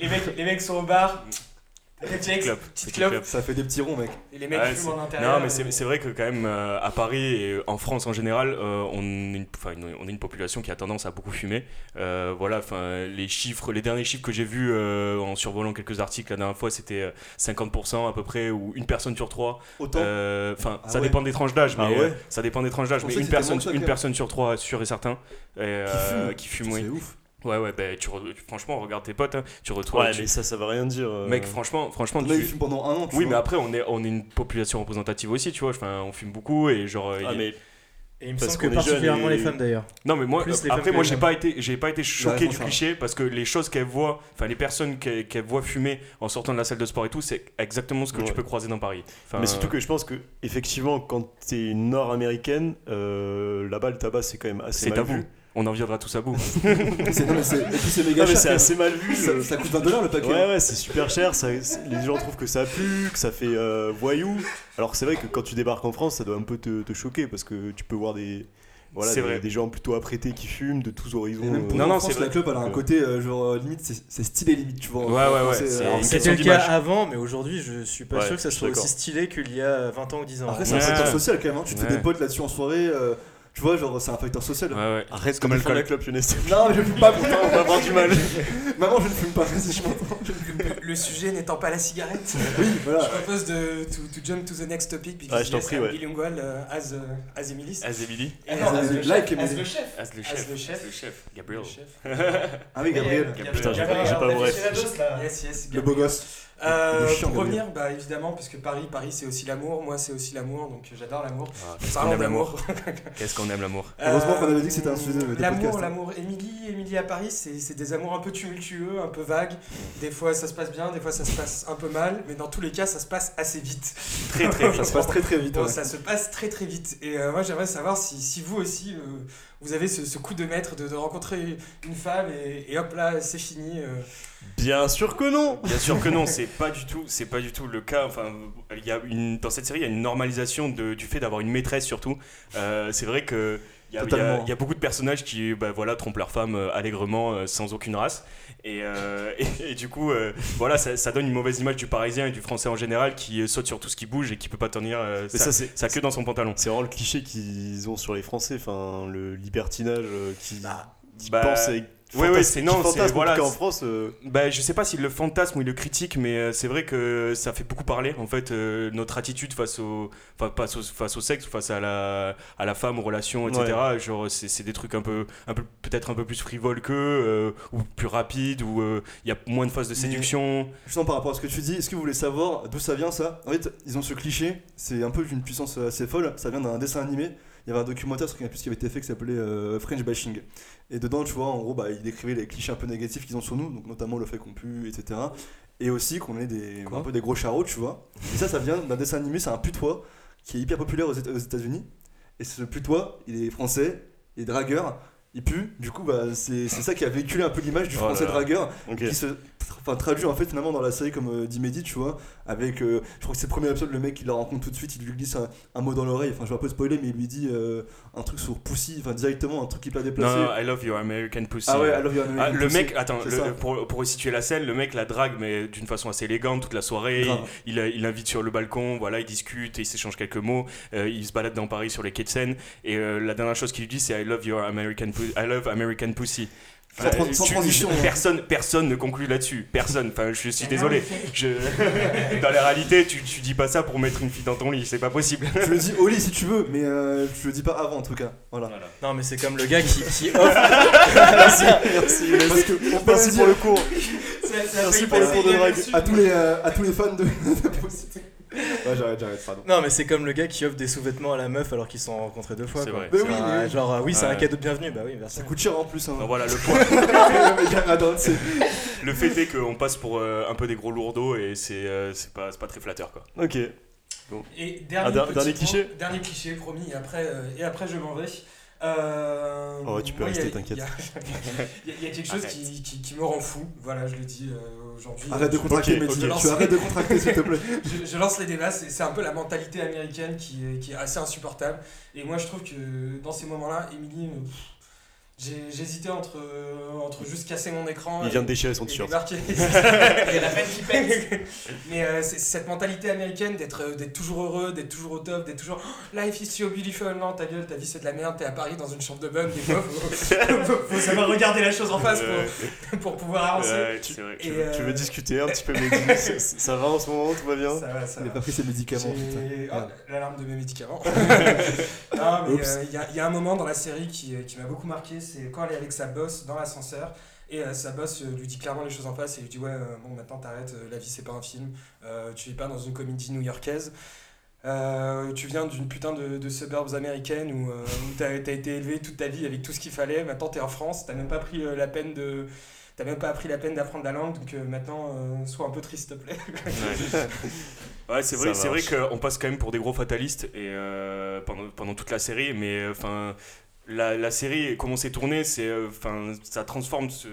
Speaker 5: Les, les mecs, les mecs sont au bar. Réflexe,
Speaker 2: clope,
Speaker 5: petite
Speaker 2: petite
Speaker 5: clope, Ah
Speaker 2: clope.
Speaker 3: Ça fait des petits ronds, mec.
Speaker 5: et les mecs
Speaker 2: Ouais,
Speaker 5: fument en intérieur.
Speaker 2: Non, mais c'est c'est vrai que quand même euh, à Paris et en France en général, euh, on, est une, enfin, une- on est une population qui a tendance à beaucoup fumer. Euh, voilà, enfin les chiffres, les derniers chiffres que j'ai vus euh, en survolant quelques articles la dernière fois, c'était euh, 50% à peu près ou une personne sur trois.
Speaker 3: Autant.
Speaker 2: Euh, Enfin,
Speaker 3: Ah
Speaker 2: ça
Speaker 3: ouais.
Speaker 2: dépend des tranches d'âge, mais
Speaker 1: Ah
Speaker 2: euh,
Speaker 1: ouais
Speaker 2: ça dépend des tranches d'âge,
Speaker 3: Je
Speaker 2: mais
Speaker 3: pensais
Speaker 2: une
Speaker 3: que c'était
Speaker 2: personne,
Speaker 3: moins que ça,
Speaker 2: une
Speaker 3: quand
Speaker 2: personne sur trois, sûr et certain, et, euh,
Speaker 3: fume.
Speaker 2: qui fume,
Speaker 3: C'est
Speaker 2: oui.
Speaker 3: ouf.
Speaker 2: Ouais, ouais, bah, tu re- franchement, regarde tes potes, hein, tu retrouves.
Speaker 1: Ouais,
Speaker 2: tu-
Speaker 1: mais ça, ça va rien dire. euh.
Speaker 2: Mec, franchement, franchement,
Speaker 3: Là,
Speaker 2: tu-
Speaker 3: il fume hein. pendant un an. tu
Speaker 2: oui,
Speaker 3: vois.
Speaker 2: mais après, on est, on est une population représentative aussi, tu vois. Enfin, on fume beaucoup et genre.
Speaker 1: Ah,
Speaker 2: il-
Speaker 1: mais
Speaker 4: Et il me
Speaker 1: Parce
Speaker 4: semble que
Speaker 1: qu'on est jeune
Speaker 4: particulièrement
Speaker 1: et-
Speaker 4: les femmes d'ailleurs.
Speaker 2: Non, mais moi,
Speaker 4: Plus
Speaker 2: euh,
Speaker 4: les
Speaker 2: après,
Speaker 4: femmes
Speaker 2: moi,
Speaker 4: que les
Speaker 2: j'ai
Speaker 4: hommes.
Speaker 2: pas été, j'ai pas été choqué du
Speaker 3: franchement.
Speaker 2: cliché parce que les choses qu'elles voient, enfin, les personnes qu'elles qu'elles voient fumer en sortant de la salle de sport et tout, c'est exactement ce que
Speaker 1: Ouais.
Speaker 2: tu peux croiser dans Paris. Enfin,
Speaker 1: Mais surtout que je pense que, effectivement, quand t'es une nord-américaine, euh, là-bas, le tabac, c'est quand même assez
Speaker 2: c'est
Speaker 1: mal
Speaker 2: tabou.
Speaker 1: vu.
Speaker 2: On en viendra tous à bout.
Speaker 3: C'est- non, mais c'est- Et puis c'est
Speaker 1: Non,
Speaker 3: méga
Speaker 1: mais
Speaker 3: cher.
Speaker 1: c'est
Speaker 3: quand
Speaker 1: assez mal vu.
Speaker 3: même. Ça-
Speaker 1: euh.
Speaker 3: Ça coûte 20 dollars le paquet.
Speaker 1: Ouais, ouais, c'est super cher. ça- c'est- les gens trouvent que ça pue, que ça fait euh, voyou. Alors, c'est vrai que quand tu débarques en France, ça doit un peu te, te choquer parce que tu peux voir des, voilà,
Speaker 2: C'est
Speaker 1: des,
Speaker 2: vrai.
Speaker 1: des gens plutôt apprêtés qui fument de tous horizons.
Speaker 3: Et même pour
Speaker 1: euh.
Speaker 2: Non, non,
Speaker 3: non, non,
Speaker 2: c'est
Speaker 3: France, la
Speaker 2: vrai.
Speaker 3: club, elle a un côté euh, genre euh, limite, c'est c'est stylé limite, tu vois.
Speaker 2: Ouais, ouais, ouais,
Speaker 3: C'est-
Speaker 2: c'est-
Speaker 3: alors,
Speaker 2: c'est-
Speaker 3: c'est-
Speaker 4: C'était le cas
Speaker 2: d'image.
Speaker 4: avant, mais aujourd'hui, je suis pas
Speaker 1: Ouais,
Speaker 4: sûr que ça
Speaker 1: je suis
Speaker 4: soit aussi
Speaker 1: d'accord.
Speaker 4: stylé qu'il y a 20 ans ou 10 ans.
Speaker 3: Après, c'est un
Speaker 2: Ouais.
Speaker 3: facteur social quand même. hein. Tu te fais
Speaker 2: Ouais.
Speaker 3: des potes là-dessus en soirée. euh, Tu vois, genre, c'est un facteur social.
Speaker 2: Ouais, ouais.
Speaker 1: Arrête
Speaker 2: comme
Speaker 1: de
Speaker 2: l'alcool.
Speaker 1: faire la clope, Younes.
Speaker 3: Non, mais je fume pas, putain,
Speaker 1: On va avoir du mal.
Speaker 3: Maman, je ne fume pas, vas-y, je m'entends.
Speaker 5: Le, le sujet n'étant pas la cigarette,
Speaker 3: Oui,
Speaker 5: je
Speaker 3: voilà.
Speaker 5: propose de, to, to jump to the next topic because
Speaker 1: Ouais, je t'en
Speaker 5: yes,
Speaker 1: prie,
Speaker 5: I'm
Speaker 1: ouais.
Speaker 5: bilingual euh, as, euh, as Emilis.
Speaker 2: As Emily,
Speaker 5: Et
Speaker 3: As-
Speaker 5: non, as le
Speaker 3: like
Speaker 5: chef, as
Speaker 3: Emilis.
Speaker 5: le chef.
Speaker 2: as le
Speaker 5: As
Speaker 2: chef.
Speaker 5: le chef.
Speaker 2: Gabriel.
Speaker 5: Le chef.
Speaker 3: Ah oui, Gabriel,
Speaker 5: Et, euh,
Speaker 2: Putain,
Speaker 1: j'ai pas-
Speaker 5: Gabriel,
Speaker 1: j'ai pas
Speaker 5: on a
Speaker 1: vrai.
Speaker 5: fait la dose, là. Yes, yes,
Speaker 3: le
Speaker 5: Gabriel.
Speaker 3: beau gosse.
Speaker 5: Euh,
Speaker 3: Le chiant,
Speaker 5: pour
Speaker 3: Gabriel.
Speaker 5: revenir, bah, évidemment, parce que Paris, Paris, c'est aussi l'amour. Moi, c'est aussi l'amour, donc euh, j'adore l'amour.
Speaker 2: Ah,
Speaker 5: C'est
Speaker 2: Qu'est-ce qu'on aime l'amour
Speaker 5: l'amour. Euh,
Speaker 2: Qu'est-ce qu'on aime l'amour
Speaker 3: Heureusement qu'on avait dit que c'était un sujet de- de podcast,
Speaker 5: L'amour,
Speaker 3: hein.
Speaker 5: l'amour. Émilie, Émilie à Paris, c'est c'est des amours un peu tumultueux, un peu vagues. Des fois, ça se passe bien, des fois, ça se passe un peu mal, mais dans tous les cas, ça se passe assez vite.
Speaker 2: Très très vite.
Speaker 3: Ça se passe très très vite. hein.
Speaker 5: Bon,
Speaker 3: ouais.
Speaker 5: ça se passe très très vite. Et euh, moi, j'aimerais savoir si, si vous aussi, euh, vous avez ce, ce coup de maître de, de rencontrer une femme et, et hop là, c'est fini. euh.
Speaker 1: Bien sûr que non.
Speaker 2: Bien sûr que non, c'est pas du tout, c'est pas du tout le cas. Enfin, il y a une dans cette série, il y a une normalisation de- du fait d'avoir une maîtresse surtout. Euh, c'est vrai que il y, a- il y a-
Speaker 3: Totalement.
Speaker 2: il y a beaucoup de personnages qui bah, voilà, trompent leur femme euh, allègrement euh, sans aucune race. Et, euh, et- et du coup, euh, voilà, ça, ça donne une mauvaise image du Parisien et du Français en général qui euh, saute sur tout ce qui bouge et qui peut pas tenir euh,
Speaker 1: Mais
Speaker 2: sa,
Speaker 1: ça, c'est
Speaker 2: sa queue dans son pantalon.
Speaker 1: c'est vraiment le cliché qu'ils ont sur les Français. Enfin, le libertinage euh, qui, qui
Speaker 2: Bah,
Speaker 1: pense et
Speaker 2: Oui, oui, c'est non, c'est voilà.
Speaker 1: en France. euh,
Speaker 2: c'est- Bah, je sais pas s'il le fantasme ou il le critique, mais euh, c'est vrai que ça fait beaucoup parler en fait euh, notre attitude face au, enfin, face au, face au sexe, face à la, à la femme, aux relations, etc. Genre, c'est c'est des trucs un peu, un peu peut-être un peu plus frivoles que, ou plus rapides, ou euh, il y a moins de phases de
Speaker 3: Mais-
Speaker 2: séduction.
Speaker 3: Justement, par rapport à ce que tu dis, est-ce que vous voulez savoir d'où ça vient ça En fait, ils ont ce cliché, c'est un peu d'une puissance euh, assez folle, ça vient d'un dessin animé. Il y avait un documentaire sur Canal+ qui avait été fait qui s'appelait euh, French Bashing. Et dedans, tu vois, en gros, bah, ils décrivaient les clichés un peu négatifs qu'ils ont sur nous, donc notamment le fait qu'on pue, etc. Et aussi qu'on est des,
Speaker 2: Quoi
Speaker 3: un peu des gros charros, tu vois. Et ça, ça vient d'un dessin animé, c'est un putois qui est hyper populaire aux, Éta- aux États-Unis. Et ce putois, il est français, il est dragueur, il pue. Du coup, bah, c'est c'est ça qui a véhiculé un peu l'image du
Speaker 2: Oh là
Speaker 3: français
Speaker 2: là.
Speaker 3: dragueur
Speaker 1: Ok.
Speaker 3: qui se tra- enfin, traduit en fait finalement dans la série comme euh, dit Mehdi, tu vois, avec euh, je crois que c'est le premier épisode, le mec il la rencontre tout de suite, il lui glisse un, un mot dans l'oreille, enfin je vais un peu spoiler, mais il lui dit euh, un truc sur Pussy, enfin directement un truc hyper déplacé.
Speaker 2: Non, non, I love your American pussy.
Speaker 3: ah ouais, I love you, I love you,
Speaker 2: Ah, le
Speaker 3: Pussy.
Speaker 2: mec, attends,
Speaker 3: c'est
Speaker 2: le-
Speaker 3: ça.
Speaker 2: pour, pour situer la scène, le mec la drague, mais d'une façon assez élégante toute la soirée.
Speaker 3: Grave.
Speaker 2: Il, euh, il, il l'invite sur le balcon, voilà, ils discutent, ils s'échangent quelques mots, euh, ils se baladent dans Paris sur les quais de Seine. Et euh, la dernière chose qu'il lui dit, c'est I love your American, pu- I love American pussy.
Speaker 3: Sans tran- sans transition, hein.
Speaker 2: personne, personne ne conclut là-dessus. Personne. Enfin, je suis désolé. Je- Dans la réalité, tu, tu dis pas ça pour mettre une fille dans ton lit. C'est pas possible.
Speaker 3: tu le dis au lit si tu veux, mais euh, tu le dis pas avant en tout cas. Voilà.
Speaker 4: Non, mais c'est comme le gars qui, qui offre.
Speaker 1: Ah, Merci, merci.
Speaker 3: Parce que on peut
Speaker 1: Merci
Speaker 3: le
Speaker 1: pour
Speaker 3: dire
Speaker 1: le cours.
Speaker 5: Merci
Speaker 1: Merci pour le cours de drague.
Speaker 3: à tous les euh, à tous les fans de. ouais j'arrête j'arrête pardon.
Speaker 4: Non, mais c'est comme le gars qui offre des sous-vêtements à la meuf alors qu'ils se sont rencontrés deux fois.
Speaker 2: C'est
Speaker 4: quoi.
Speaker 2: vrai.
Speaker 3: Mais
Speaker 4: C'est
Speaker 3: oui,
Speaker 4: un-
Speaker 3: mais oui.
Speaker 4: Genre, ah Bah oui, c'est un
Speaker 2: Ouais.
Speaker 4: cadeau de bienvenue. Bah oui, merci.
Speaker 3: Ça coûte cher en plus. Hein.
Speaker 2: Donc voilà, le point,
Speaker 3: Le mec, attends, c'est-
Speaker 2: le fait est qu'on passe pour euh, un peu des gros lourdeaux et c'est euh, c'est pas, c'est pas très flatteur quoi.
Speaker 1: Ok.
Speaker 5: Et
Speaker 1: Ah,
Speaker 5: dernier,
Speaker 1: der- dernier
Speaker 5: petit point-
Speaker 1: cliché
Speaker 5: Dernier cliché, promis, et après, euh, et après je m'en vais. Euh,
Speaker 1: Oh, tu peux
Speaker 5: moi,
Speaker 1: rester,
Speaker 5: y a-
Speaker 1: t'inquiète.
Speaker 5: y a- Il y, a- y a quelque chose qui, qui- qui me rend fou, voilà, je le dis euh, aujourd'hui.
Speaker 3: Arrête de
Speaker 5: Je-
Speaker 3: contracter,
Speaker 1: Ok,
Speaker 3: mais
Speaker 5: ok.
Speaker 3: tu arrêtes de contracter s'il te plaît.
Speaker 5: je, je lance les débats, c'est c'est un peu la mentalité américaine qui est, qui est assez insupportable. Et moi, je trouve que dans ces moments-là, Émilie, euh, pff, j'ai- j'hésitais entre, euh, entre juste casser mon écran.
Speaker 1: Il
Speaker 5: et-
Speaker 1: vient de déchirer son
Speaker 5: et
Speaker 1: t-shirt.
Speaker 5: débarquer. Il y a la reine qui pète. Mais euh, c'est c'est cette mentalité américaine d'être euh, d'être toujours heureux, d'être toujours au top, d'être toujours Oh, Life is so beautiful. Non, ta gueule, ta vie c'est de la merde, t'es à Paris dans une chambre de bonne, des fois, faut, faut- faut savoir regarder la chose en face
Speaker 2: Euh,
Speaker 5: pour, pour pouvoir avancer.
Speaker 2: ouais, c'est vrai.
Speaker 1: Tu
Speaker 5: Et,
Speaker 1: veux, tu
Speaker 5: euh,
Speaker 1: veux discuter un petit peu, Mehdi ça, ça va en ce moment, tout va bien
Speaker 5: Ça va, ça
Speaker 3: Il
Speaker 5: va.
Speaker 3: a pas pris ses médicaments.
Speaker 5: J'ai-
Speaker 3: putain.
Speaker 5: Ah,
Speaker 3: Merde.
Speaker 5: L'alarme de mes médicaments. non, mais euh, il
Speaker 3: Oups.
Speaker 5: y, a- y a un moment dans la série qui, euh, qui m'a beaucoup marqué, c'est quand elle est avec sa boss dans l'ascenseur. Et euh, sa boss euh, lui dit clairement les choses en face et lui dit Ouais, euh, bon, maintenant t'arrêtes, euh, la vie c'est pas un film, Euh, tu es pas dans une comédie new-yorkaise. Euh, tu viens d'une putain de, de suburbs américaine où, euh, où t'as t'as été élevé toute ta vie avec tout ce qu'il fallait. Maintenant t'es en France, t'as même pas pris euh, la peine de, t'as même pas pris la peine d'apprendre la langue, donc euh, maintenant euh, sois un peu triste, s'il te plaît.
Speaker 2: Ouais, c'est vrai,
Speaker 1: Ça
Speaker 2: c'est vrai
Speaker 1: marche.
Speaker 2: qu'on passe quand même pour des gros fatalistes et euh, pendant, pendant toute la série, mais euh, enfin la, la série comment c'est tourné, c'est euh, enfin ça transforme ce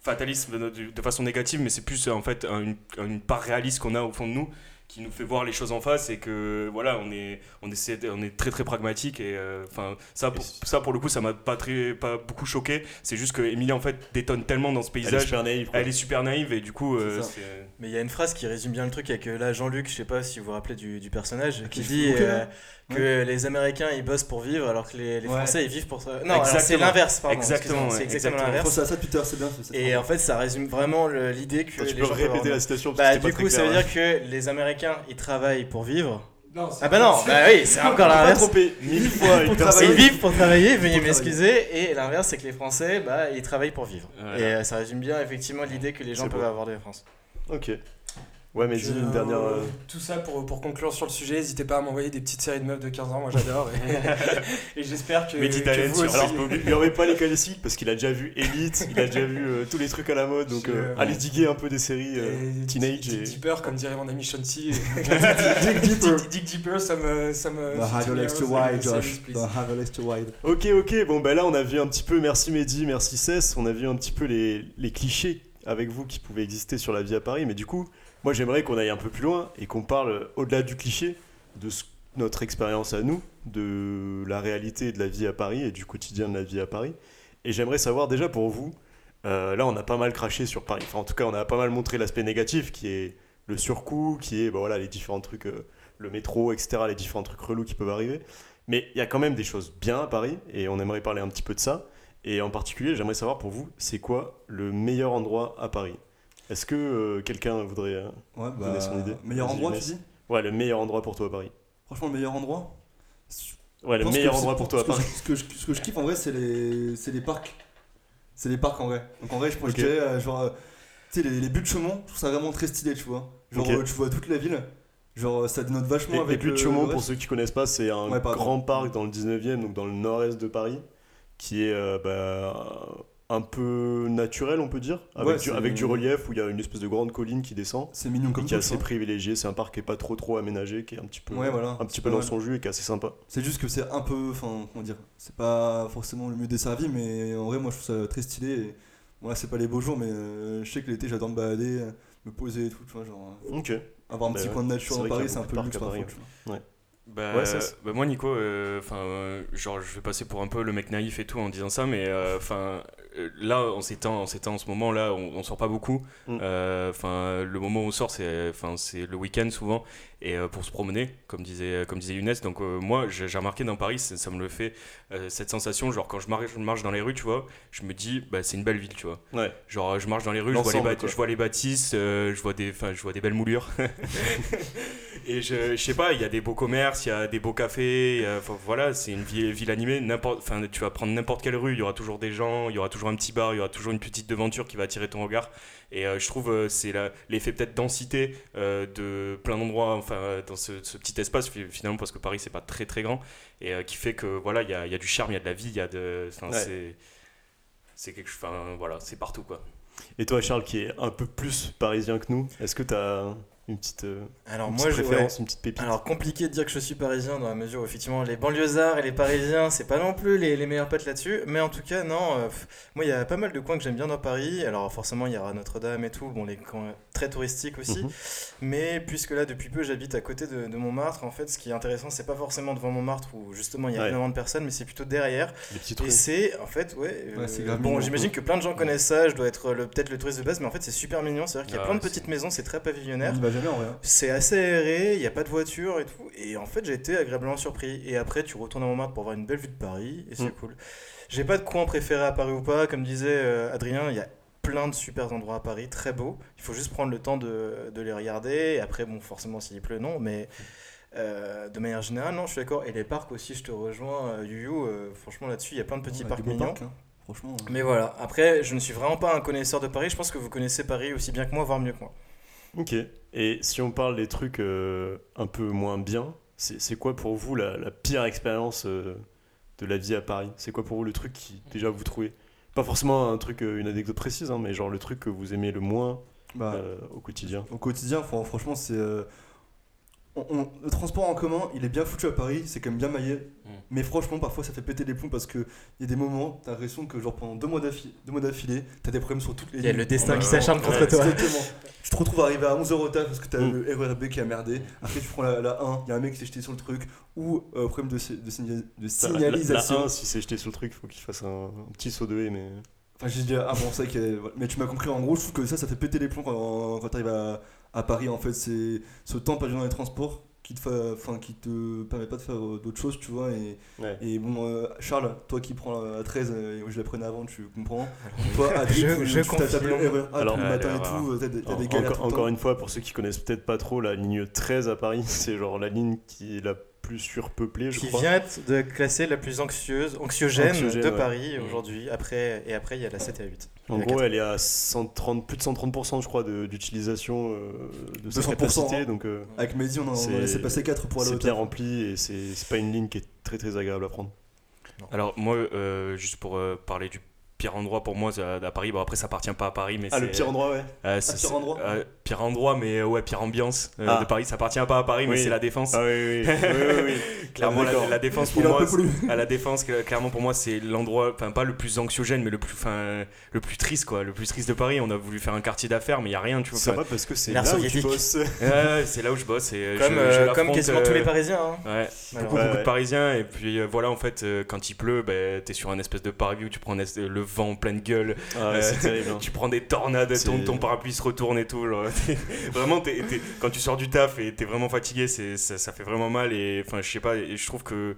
Speaker 2: fatalisme de, de façon négative, mais c'est plus euh, en fait un- une, une part réaliste qu'on a au fond de nous qui nous fait voir les choses en face et que voilà on est on essaie de- on est très très pragmatique et euh, enfin ça pour, ça pour le coup ça m'a pas très pas beaucoup choqué c'est juste que Emilie en fait détonne tellement dans ce
Speaker 1: Elle est
Speaker 2: paysage
Speaker 1: super naïve. quoi.
Speaker 2: elle est super naïve et du coup euh,
Speaker 3: C'est ça.
Speaker 2: c'est-
Speaker 4: Mais il y a une phrase qui résume bien le truc avec euh, là Jean-Luc, je sais pas si vous vous rappelez du, du personnage, qui
Speaker 3: Je
Speaker 4: dit
Speaker 3: suis
Speaker 4: euh,
Speaker 3: là.
Speaker 4: que les Américains ils bossent pour vivre alors que les, les
Speaker 3: Ouais.
Speaker 4: Français ils vivent pour. ça. Non, alors, c'est
Speaker 2: Exactement.
Speaker 4: l'inverse, pardon.
Speaker 2: Exactement,
Speaker 4: excusez-moi, C'est
Speaker 2: ouais,
Speaker 4: exactement
Speaker 2: exactement.
Speaker 4: l'inverse.
Speaker 3: Pense à ça, Twitter, c'est bien. c'est-
Speaker 4: Et en fait, ça résume vraiment le- l'idée que.
Speaker 1: Attends, tu
Speaker 4: les
Speaker 1: peux
Speaker 4: gens peuvent
Speaker 1: répéter
Speaker 4: avoir.
Speaker 1: la citation parce
Speaker 4: Bah,
Speaker 1: que c'était
Speaker 4: du
Speaker 1: pas
Speaker 4: coup,
Speaker 1: très
Speaker 4: ça veut
Speaker 1: clair.
Speaker 4: dire que les Américains ils travaillent pour vivre.
Speaker 5: Non, c'est-
Speaker 4: Ah bah non, bah oui, c'est encore
Speaker 1: Faut pas
Speaker 4: l'inverse.
Speaker 1: tromper mille fois une
Speaker 3: Faut
Speaker 1: personne.
Speaker 4: Ils
Speaker 3: travailler.
Speaker 4: vivent pour travailler, veuillez
Speaker 3: Pour
Speaker 4: m'excuser. Et l'inverse, c'est que les Français, bah, ils travaillent pour vivre.
Speaker 2: Voilà.
Speaker 4: Et euh, ça résume bien effectivement l'idée que les gens
Speaker 1: C'est
Speaker 4: peuvent
Speaker 1: beau.
Speaker 4: avoir de la France.
Speaker 1: Ok. Ouais, mais dis
Speaker 5: Donc,
Speaker 1: une
Speaker 5: euh,
Speaker 1: dernière. euh,
Speaker 5: Tout ça pour, pour conclure sur le sujet, n'hésitez pas à m'envoyer des petites séries de meufs de 15 ans, moi j'adore. Et, et j'espère que,
Speaker 2: Mais dites à
Speaker 5: que
Speaker 2: Hélène
Speaker 5: vous
Speaker 2: sur
Speaker 5: aussi.
Speaker 1: Alors, lui remets pas les classiques parce qu'il a déjà vu Elite, il a déjà vu euh, tous les trucs à la mode, donc euh,
Speaker 5: Je-
Speaker 1: allez diguer un peu des séries euh,
Speaker 5: Et
Speaker 1: Teenage
Speaker 5: Dick
Speaker 1: et-
Speaker 5: Deeper, comme dirait mon ami Chauncey.
Speaker 3: Dig deeper.
Speaker 5: Dick, Dick Deeper, ça me. Ça me euh,
Speaker 3: The
Speaker 1: Bah,
Speaker 3: handle is too wide, Josh. Ah. The handle is too wide.
Speaker 1: Ok, ok, bon bah là on a vu un petit peu, merci Mehdi, merci Cess, on a vu un petit peu les, les clichés avec vous qui pouvaient exister sur la vie à Paris, mais du coup, moi j'aimerais qu'on aille un peu plus loin et qu'on parle euh, au-delà du cliché de ce- notre expérience à nous, de la réalité de la vie à Paris et du quotidien de la vie à Paris. Et j'aimerais savoir déjà pour vous, euh, là on a pas mal craché sur Paris, enfin en tout cas on a pas mal montré l'aspect négatif qui est le surcoût, qui est bah, voilà, les différents trucs, euh, le métro, etc., les différents trucs relous qui peuvent arriver. Mais il y a quand même des choses bien à Paris et on aimerait parler un petit peu de ça. Et en particulier, j'aimerais savoir pour vous, c'est quoi le meilleur endroit à Paris Est-ce que euh, quelqu'un voudrait euh,
Speaker 3: Ouais, bah,
Speaker 1: Donnez son idée.
Speaker 3: Meilleur
Speaker 1: Vas-y,
Speaker 3: endroit, tu
Speaker 1: Younes.
Speaker 3: dis
Speaker 1: Ouais, le meilleur endroit pour toi à Paris.
Speaker 3: Franchement, le meilleur endroit
Speaker 1: Ouais,
Speaker 3: Je
Speaker 1: le
Speaker 3: pense
Speaker 1: meilleur
Speaker 3: que
Speaker 1: endroit
Speaker 3: c'est-
Speaker 1: pour toi à
Speaker 3: ce que
Speaker 1: Paris.
Speaker 3: je- Ce que, je, ce que je kiffe en vrai, c'est les, c'est les parcs. C'est les parcs en vrai. Donc en vrai, je, pense
Speaker 1: Ok.
Speaker 3: que je dirais, euh, genre, euh, tu sais, les, les buts de Chaumont, je trouve ça vraiment très stylé, tu vois. Genre,
Speaker 1: Ok.
Speaker 3: euh, tu vois toute la ville. Genre, euh, ça dénote vachement
Speaker 1: Les,
Speaker 3: avec.
Speaker 1: les buttes de
Speaker 3: le-
Speaker 1: Chaumont,
Speaker 3: le
Speaker 1: pour
Speaker 3: reste.
Speaker 1: ceux qui connaissent pas, c'est un
Speaker 3: Ouais, pardon.
Speaker 1: grand parc dans le 19e, donc dans le nord-est de Paris, qui est euh, bah, un peu naturel, on peut dire, avec,
Speaker 3: Ouais,
Speaker 1: du,
Speaker 3: c'est-
Speaker 1: avec du relief où il y a une espèce de grande colline qui descend.
Speaker 3: C'est mignon
Speaker 1: et
Speaker 3: comme
Speaker 1: qui est
Speaker 3: tout. hein.
Speaker 1: assez
Speaker 3: ça.
Speaker 1: privilégié, c'est un parc qui est pas trop trop aménagé, qui est un petit peu,
Speaker 3: Ouais, voilà.
Speaker 1: un petit
Speaker 3: C'est
Speaker 1: peu
Speaker 3: pas
Speaker 1: dans
Speaker 3: mal.
Speaker 1: son jus et qui est assez sympa.
Speaker 3: C'est juste que c'est un peu. Enfin, comment dire C'est pas forcément le mieux desservi, mais en vrai, moi, je trouve ça très stylé. Et... Bon, là, c'est pas les beaux jours, mais euh, je sais que l'été, j'adore me balader, euh, me poser et tout, tu vois. Genre, euh,
Speaker 1: Ok.
Speaker 3: avoir un
Speaker 1: Bah
Speaker 3: petit
Speaker 1: ouais.
Speaker 3: coin de
Speaker 1: C'est
Speaker 3: nature
Speaker 1: vrai
Speaker 3: en
Speaker 1: qu'il y a
Speaker 3: Paris, c'est un
Speaker 1: beaucoup de
Speaker 3: peu le
Speaker 1: parcs
Speaker 3: luxe
Speaker 1: à
Speaker 3: parfois,
Speaker 1: Paris,
Speaker 3: tu vois.
Speaker 2: Bah,
Speaker 1: Ouais, ça, c'est-
Speaker 2: bah moi Nico, euh, enfin euh, genre je vais passer pour un peu le mec naïf et tout en disant ça, mais euh, enfin euh, là en ces temps, en ces temps, en ce moment là, on, on sort pas beaucoup.
Speaker 1: Mm.
Speaker 2: Euh, Enfin le moment où on sort, c'est enfin c'est le week-end souvent et euh, pour se promener, comme disait comme disait Younes. Donc euh, moi j'ai j'ai remarqué dans Paris, ça, ça me le fait euh, cette sensation genre quand je marche, je marche dans les rues, tu vois, je me dis bah c'est une belle ville, tu vois.
Speaker 1: Ouais.
Speaker 2: Genre je marche dans les rues, je vois les,
Speaker 1: L'ensemble,
Speaker 2: bâ-
Speaker 1: quoi.
Speaker 2: je vois les bâtisses, euh, je vois des, enfin je vois des belles moulures. Et je, je sais pas, il y a des beaux commerces, il y a des beaux cafés, il y a- enfin, voilà, c'est une ville, ville animée. N'importe, enfin, tu vas prendre n'importe quelle rue, il y aura toujours des gens, il y aura toujours un petit bar, il y aura toujours une petite devanture qui va attirer ton regard. Et euh, je trouve euh, c'est la- l'effet peut-être densité euh, de plein d'endroits, enfin, euh, dans ce, ce petit espace fi- finalement, parce que Paris c'est pas très très grand, et euh, qui fait que voilà, il y a, il y a du charme, il y a de la vie, il y a de, enfin,
Speaker 1: Ouais.
Speaker 2: c'est, c'est quelque, chose- enfin, voilà, c'est partout quoi.
Speaker 1: Et toi, Charles, qui est un peu plus parisien que nous, est-ce que t'as une petite, euh,
Speaker 4: Alors,
Speaker 1: une
Speaker 4: moi,
Speaker 1: petite
Speaker 4: je. ouais.
Speaker 1: préférence, une petite pépite
Speaker 4: Alors compliqué de dire que je suis parisien dans la mesure où effectivement les banlieusards et les parisiens c'est pas non plus les, les meilleurs potes là-dessus mais en tout cas non euh, pff, moi il y a pas mal de coins que j'aime bien dans Paris alors forcément il y aura Notre-Dame et tout bon les coins très touristiques aussi
Speaker 1: Mhm.
Speaker 4: mais puisque là depuis peu j'habite à côté de, de Montmartre en fait ce qui est intéressant c'est pas forcément devant Montmartre où justement il y a
Speaker 1: Ouais.
Speaker 4: énormément de personnes mais c'est plutôt derrière
Speaker 1: Les petits
Speaker 4: et
Speaker 1: trucs.
Speaker 4: c'est en fait ouais, euh,
Speaker 3: Ouais, c'est grave
Speaker 4: bon
Speaker 3: mignon.
Speaker 4: j'imagine que plein de gens connaissent ça je dois être le- peut-être le touriste de base mais en fait c'est super mignon c'est-à-dire qu'il y a
Speaker 3: Bah
Speaker 2: Ah,
Speaker 4: plein de
Speaker 2: c'est-
Speaker 4: petites maisons c'est très pavillonnaire
Speaker 3: On y va jamais en vrai. hein.
Speaker 4: c'est assez aéré, il n'y a pas de voiture et tout. Et en fait, j'ai été agréablement surpris. Et après, tu retournes à Montmartre pour avoir une belle vue de Paris et c'est
Speaker 1: Mm.
Speaker 4: cool. J'ai pas de coin préféré à Paris ou pas. Comme disait euh, Adrien, il y a plein de super endroits à Paris, très beaux. Il faut juste prendre le temps de, de les regarder. Et après, bon, forcément, s'il pleut, non. Mais euh, de manière générale, non, je suis d'accord. Et les parcs aussi, je te rejoins, euh, Youyou. euh, franchement, là-dessus, il y a plein de petits
Speaker 3: Ouais,
Speaker 4: parcs
Speaker 3: des beaux
Speaker 4: mignons.
Speaker 3: parcs, hein. Franchement. euh.
Speaker 4: Mais voilà, après, je ne suis vraiment pas un connaisseur de Paris. Je pense que vous connaissez Paris aussi bien que moi, voire mieux que moi.
Speaker 1: Ok. Et si on parle des trucs euh, un peu moins bien, c'est c'est quoi pour vous la, la pire expérience euh, de la vie à Paris C'est quoi pour vous le truc qui déjà vous trouvez Pas forcément un truc, euh, une anecdote précise, hein, mais genre le truc que vous aimez le moins
Speaker 3: Bah,
Speaker 1: euh, au quotidien.
Speaker 3: au quotidien, fran- franchement, c'est. euh, on- on- le transport en commun, il est bien foutu à Paris, c'est quand même bien maillé.
Speaker 2: Mm.
Speaker 3: Mais franchement, parfois, ça fait péter les plombs parce qu'il y a des moments, t'as l'impression que, genre, pendant deux mois d'affi- deux mois d'affilée, t'as des problèmes sur toutes les
Speaker 4: Il y a le destin
Speaker 2: Ouais,
Speaker 4: qui s'acharne
Speaker 2: ouais,
Speaker 4: contre
Speaker 2: ouais,
Speaker 4: toi.
Speaker 3: Exactement. Tu te retrouves arrivé à 11h au taf parce que t'as
Speaker 1: Mm.
Speaker 3: le RERB qui a merdé. Après, tu prends la, la 1, il y a un mec qui s'est jeté sur le truc. Ou euh, problème de, si- de signa- de
Speaker 1: Ça, la- la-
Speaker 3: signalisation.
Speaker 1: La, 1, si c'est jeté sur le truc, faut qu'il fasse un, un petit saut de haie, mais.
Speaker 3: Enfin, j'ai dit, ah bon, c'est vrai que. voilà. Mais tu m'as compris, en gros, je trouve que ça, ça fait péter les plombs quand, quand t'arrives à, à Paris, en fait. C'est ce temps perdu dans les transports qui te, fa- enfin, qui te permet pas de faire euh, d'autres choses, tu vois. Et,
Speaker 1: Ouais.
Speaker 3: et bon, euh, Charles, toi qui prends la 13, euh, et moi, je la prenais avant, tu comprends. Toi, à 10,
Speaker 4: Je-
Speaker 3: tu-
Speaker 4: je
Speaker 3: tu t'as tapé
Speaker 4: confirme.
Speaker 3: l'erreur. Ah,
Speaker 1: Alors,
Speaker 3: tout le
Speaker 2: allez,
Speaker 3: matin
Speaker 2: on va
Speaker 3: et tout, t'as des, t'as des
Speaker 1: En-
Speaker 3: galères.
Speaker 1: encore,
Speaker 3: tout le temps.
Speaker 1: encore une fois, pour ceux qui connaissent peut-être pas trop la ligne 13 à Paris, c'est genre la ligne qui est la plus surpeuplée, je
Speaker 4: qui
Speaker 1: crois.
Speaker 4: vient être de classée la plus anxieuse, anxiogène,
Speaker 1: Anxiogène,
Speaker 4: de
Speaker 1: ouais.
Speaker 4: Paris
Speaker 2: Mmh.
Speaker 4: aujourd'hui. Après, et après, il y a la 7 et la 8.
Speaker 1: En
Speaker 4: Et la
Speaker 1: gros,
Speaker 4: 4.
Speaker 1: elle est à 130, plus de 130%, je crois, de- d'utilisation euh, de sa
Speaker 3: 200%,
Speaker 1: capacité.
Speaker 3: hein.
Speaker 1: Donc, euh,
Speaker 3: Avec Mehdi, on en on en a
Speaker 1: C'est-
Speaker 3: laissé passer 4 pour aller au
Speaker 1: c'est bien
Speaker 3: taf.
Speaker 1: rempli et c'est c'est pas une ligne qui est très très agréable à prendre.
Speaker 2: Alors moi, euh, juste pour euh, parler du pire endroit pour moi ça- à Paris, bon après ça appartient pas à Paris, mais
Speaker 1: Ah,
Speaker 2: c'est
Speaker 1: le pire endroit, ouais.
Speaker 2: Euh, c'est-
Speaker 3: pire
Speaker 2: c'est-
Speaker 3: endroit
Speaker 2: euh, pire endroit, mais euh, ouais, pire ambiance euh,
Speaker 1: Ah.
Speaker 2: de Paris. Ça appartient pas à Paris, mais
Speaker 1: Oui.
Speaker 2: c'est la défense.
Speaker 1: Ah, oui, oui, oui. oui, oui, oui.
Speaker 2: Clairement,
Speaker 1: Ah, d'accord.
Speaker 2: la, la défense pour
Speaker 3: Il en
Speaker 2: moi,
Speaker 3: peut plus.
Speaker 2: c'est- à la défense, que- clairement pour moi, c'est l'endroit, enfin pas le plus anxiogène, mais le plus, enfin le plus triste quoi, le plus triste de Paris. On a voulu faire un quartier d'affaires, mais il y a rien, tu vois.
Speaker 1: C'est
Speaker 2: enfin,
Speaker 1: pas parce que c'est là
Speaker 4: L'art
Speaker 1: où tu
Speaker 4: soviétique.
Speaker 1: bosses.
Speaker 2: ouais, ouais, c'est là où je bosse et euh,
Speaker 4: Comme,
Speaker 2: je- je
Speaker 4: euh,
Speaker 2: l'affronte,
Speaker 4: comme quasiment tous
Speaker 2: euh, Ah
Speaker 4: les Parisiens. hein,
Speaker 2: Ouais, beaucoup,
Speaker 4: malheureusement.
Speaker 1: Ouais,
Speaker 2: beaucoup
Speaker 1: ouais.
Speaker 2: de Parisiens. Et puis euh, voilà, en fait, euh, quand il pleut, bah, t'es sur un espèce de Paris où tu prends un es- le vent en pleine gueule.
Speaker 1: Ah,
Speaker 2: Euh,
Speaker 1: c'est terrible. hein.
Speaker 2: Tu prends des tornades,
Speaker 1: C'est-
Speaker 2: ton, ton parapluie se retourne et tout. genre, t'es- vraiment, t'es- t'es- quand tu sors du taf et t'es vraiment fatigué, c'est- ça, ça fait vraiment mal. Et enfin, je sais pas, et je trouve que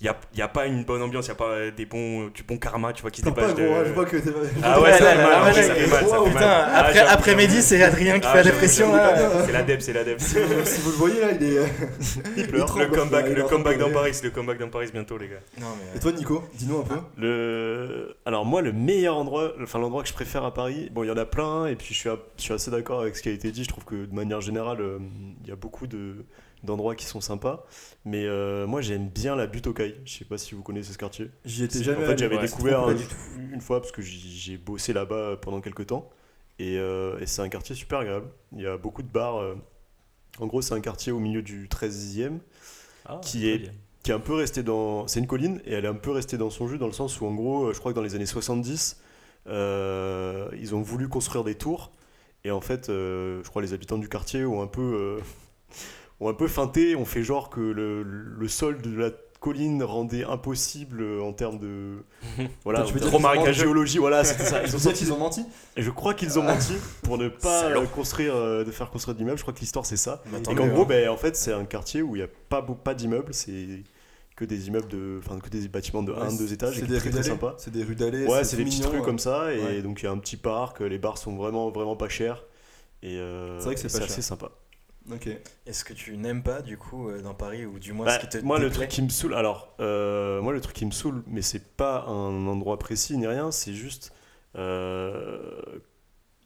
Speaker 2: il n'y a, il y a pas une bonne ambiance, il n'y a pas euh, des bons, du bon karma, tu vois, qui se
Speaker 3: T'en
Speaker 2: dépêche
Speaker 3: pas
Speaker 2: de...
Speaker 3: gros, hein, je vois que t'es pas.
Speaker 2: Ah ouais, ça
Speaker 4: là,
Speaker 2: fait mal,
Speaker 4: là, là,
Speaker 2: en
Speaker 4: là,
Speaker 2: plus, ça
Speaker 4: là,
Speaker 2: fait mal, ça fait
Speaker 4: Putain,
Speaker 2: mal. Ah,
Speaker 4: après-
Speaker 2: j'avoue,
Speaker 4: après-midi, c'est Adrien qui
Speaker 2: Ah,
Speaker 4: fait la
Speaker 2: j'avoue,
Speaker 4: pression.
Speaker 2: j'avoue.
Speaker 4: là.
Speaker 2: C'est l'adepte, c'est l'adepte.
Speaker 3: si vous le voyez là, il est. euh,
Speaker 1: Il pleure.
Speaker 2: Le
Speaker 3: tremble,
Speaker 2: comeback,
Speaker 3: il est
Speaker 2: le
Speaker 3: en train
Speaker 2: comeback
Speaker 3: de
Speaker 2: dans
Speaker 3: pleurer.
Speaker 2: Paris, le comeback dans Paris bientôt, les gars.
Speaker 4: Non, mais,
Speaker 3: Et toi, Nico, dis-nous un peu.
Speaker 1: Le... Alors moi, le meilleur endroit, enfin l'endroit que je préfère à Paris, bon, il y en a plein, et puis je suis, à- je suis assez d'accord avec ce qui a été dit, je trouve que de manière générale, euh, il y a beaucoup de d'endroits qui sont sympas, mais euh, moi j'aime bien la butte aux cailles, je sais pas si vous connaissez ce quartier.
Speaker 3: J'y étais
Speaker 1: C'est-
Speaker 3: jamais.
Speaker 1: en fait,
Speaker 3: allé.
Speaker 1: j'avais
Speaker 2: ouais,
Speaker 1: découvert
Speaker 3: c'est trop
Speaker 1: un- une fois parce que j'y- j'ai bossé là-bas pendant quelques temps. Et, euh, et c'est un quartier super agréable. Il y a beaucoup de bars. euh. En gros, c'est un quartier au milieu du 13e Qui est- qui est un peu resté dans. C'est une colline et elle est un peu restée dans son jus dans le sens où, en gros, euh, je crois que dans les années 70, euh, ils ont voulu construire des tours. Et en fait, euh, je crois les habitants du quartier ont un peu, euh, ont un peu feinté, ont fait genre que le, le sol de la colline rendait impossible euh, en termes de. Voilà,
Speaker 3: Toi, tu veux
Speaker 1: en
Speaker 3: dire
Speaker 1: termes
Speaker 2: qu'ils
Speaker 1: de
Speaker 2: ont menti
Speaker 1: géologie, voilà, c'était ça. Ils
Speaker 3: Ils
Speaker 1: ont
Speaker 3: ont
Speaker 1: sorti-
Speaker 3: qu'ils ont menti.
Speaker 1: et je crois qu'ils ont menti pour ne pas
Speaker 2: Salaud.
Speaker 1: euh, construire, euh, de faire construire d'immeubles. Je crois que l'histoire c'est ça.
Speaker 4: mais
Speaker 1: Et
Speaker 4: attendez,
Speaker 1: qu'en gros,
Speaker 3: euh,
Speaker 4: hein.
Speaker 1: ben, en fait, c'est un quartier où il n'y a pas, beau- pas d'immeubles, c'est que des immeubles de, enfin que des bâtiments de 1
Speaker 3: Ouais,
Speaker 1: 2 étages, et
Speaker 3: C'est
Speaker 1: qui
Speaker 3: des
Speaker 1: est très
Speaker 3: rues
Speaker 1: très
Speaker 3: d'allées.
Speaker 1: sympa.
Speaker 3: C'est des rues d'allées.
Speaker 1: Ouais,
Speaker 3: tout
Speaker 1: c'est des petits
Speaker 3: mignon, hein.
Speaker 1: trucs
Speaker 3: ouais.
Speaker 1: comme ça, et
Speaker 3: Ouais.
Speaker 1: donc il y a un petit parc, les bars sont vraiment vraiment pas chers, et euh,
Speaker 3: C'est vrai que c'est
Speaker 1: c'est
Speaker 3: pas
Speaker 1: assez sympa.
Speaker 3: Ok.
Speaker 4: Est-ce que tu n'aimes pas, du coup, euh, dans Paris, ou du moins
Speaker 1: Bah,
Speaker 4: ce qui te
Speaker 1: moi, le
Speaker 4: déplaît
Speaker 1: truc qui me saoule, alors, euh, moi, le truc qui me saoule, mais c'est pas un endroit précis ni rien, c'est juste. euh,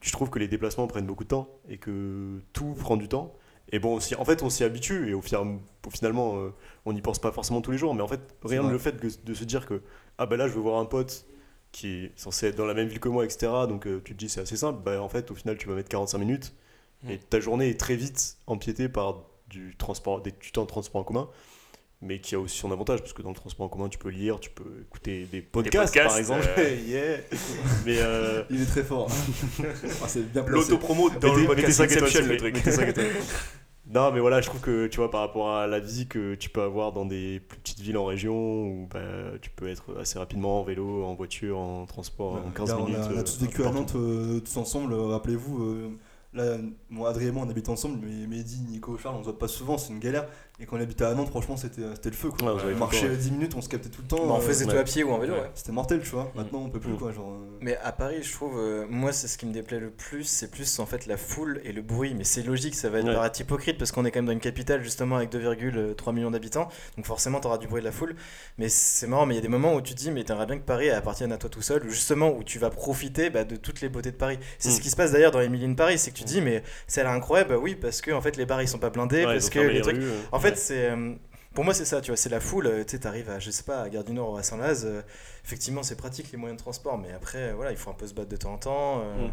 Speaker 1: je trouve que les déplacements prennent beaucoup de temps et que tout prend du temps. Et bon, on s'y- en fait, on s'y habitue et au, fi- au- finalement, euh, on n'y pense pas forcément tous les jours. Mais en fait,
Speaker 3: C'est
Speaker 1: rien
Speaker 3: vrai.
Speaker 1: que le fait que- de se dire que, ah bah là, je veux voir un pote qui est censé être dans la même ville que moi, etc. Donc euh, tu te dis, c'est assez simple. Bah en fait, au final, tu vas mettre 45 minutes et
Speaker 2: Mm.
Speaker 1: ta journée est très vite empiétée par du, transport, des, du temps de transport en commun mais qui a aussi son avantage parce que dans le transport en commun tu peux lire tu peux écouter des podcasts, par
Speaker 2: podcasts,
Speaker 1: exemple
Speaker 2: euh.
Speaker 1: Yeah. mais euh,
Speaker 3: Il est très fort. Ah, c'est bien placé.
Speaker 2: L'autopromo dans
Speaker 1: mais
Speaker 2: le
Speaker 1: t'es- mais t'es
Speaker 2: podcast
Speaker 1: cinq étoiles,
Speaker 2: Inception,
Speaker 1: mais-
Speaker 2: le truc.
Speaker 1: mais t'es cinq étoiles. non mais voilà je trouve que tu vois par rapport à la vie que tu peux avoir dans des plus petites villes en région où bah, tu peux être assez rapidement en vélo en voiture en transport
Speaker 3: Ouais,
Speaker 1: en 15
Speaker 3: gars, on a-
Speaker 1: minutes
Speaker 3: On a,
Speaker 1: euh,
Speaker 3: tous vécu à
Speaker 1: partout.
Speaker 3: Nantes euh, tous ensemble, euh, rappelez-vous. euh, là, moi, Adrien et moi, on habite ensemble, mais Mehdi, Nico, Charles, on se voit pas souvent, c'est une galère. Et quand on habitait à Nantes, franchement, c'était euh, c'était le feu quoi.
Speaker 1: Ouais, vous avez
Speaker 3: on
Speaker 1: tout
Speaker 3: marchait
Speaker 1: le temps, ouais.
Speaker 3: 10 minutes, on se captait tout le temps.
Speaker 4: Bah, on
Speaker 3: euh,
Speaker 4: faisait
Speaker 1: ouais.
Speaker 4: tout à pied ou en vélo,
Speaker 2: Ouais.
Speaker 4: ouais.
Speaker 3: C'était mortel, tu vois. Maintenant, on peut plus
Speaker 1: Mm.
Speaker 3: quoi. Genre, euh,
Speaker 4: Mais à Paris, je trouve, euh, moi, c'est ce qui me déplaît le plus, c'est plus en fait la foule et le bruit. Mais c'est logique, ça va être
Speaker 1: Ouais.
Speaker 4: paraître hypocrite parce qu'on est quand même dans une capitale justement avec 2,3 millions d'habitants, donc forcément, t'auras du bruit de la foule. Mais c'est marrant, mais il y a des moments où tu te dis, mais t'aimerais bien que Paris appartienne à toi tout seul, ou justement où tu vas profiter bah, de toutes les beautés de Paris. C'est
Speaker 1: Mm.
Speaker 4: ce qui se passe d'ailleurs dans Emily in Paris, c'est que tu te dis, mais c'est incroyable, bah oui, parce que en fait, les bars ils sont pas blindés,
Speaker 1: Ouais, ils
Speaker 4: parce
Speaker 1: ont
Speaker 4: que
Speaker 1: fermé
Speaker 4: les trucs.
Speaker 1: rues, euh,
Speaker 4: En fait,
Speaker 1: ouais.
Speaker 4: c'est. euh, Pour moi, c'est ça, tu vois, c'est la foule. euh, Tu sais, t'arrives à, je sais pas, à Gare du Nord ou à Saint-Laz. euh, effectivement, c'est pratique les moyens de transport, mais après, euh, voilà, il faut un peu se battre de temps en temps. euh.
Speaker 1: Mm.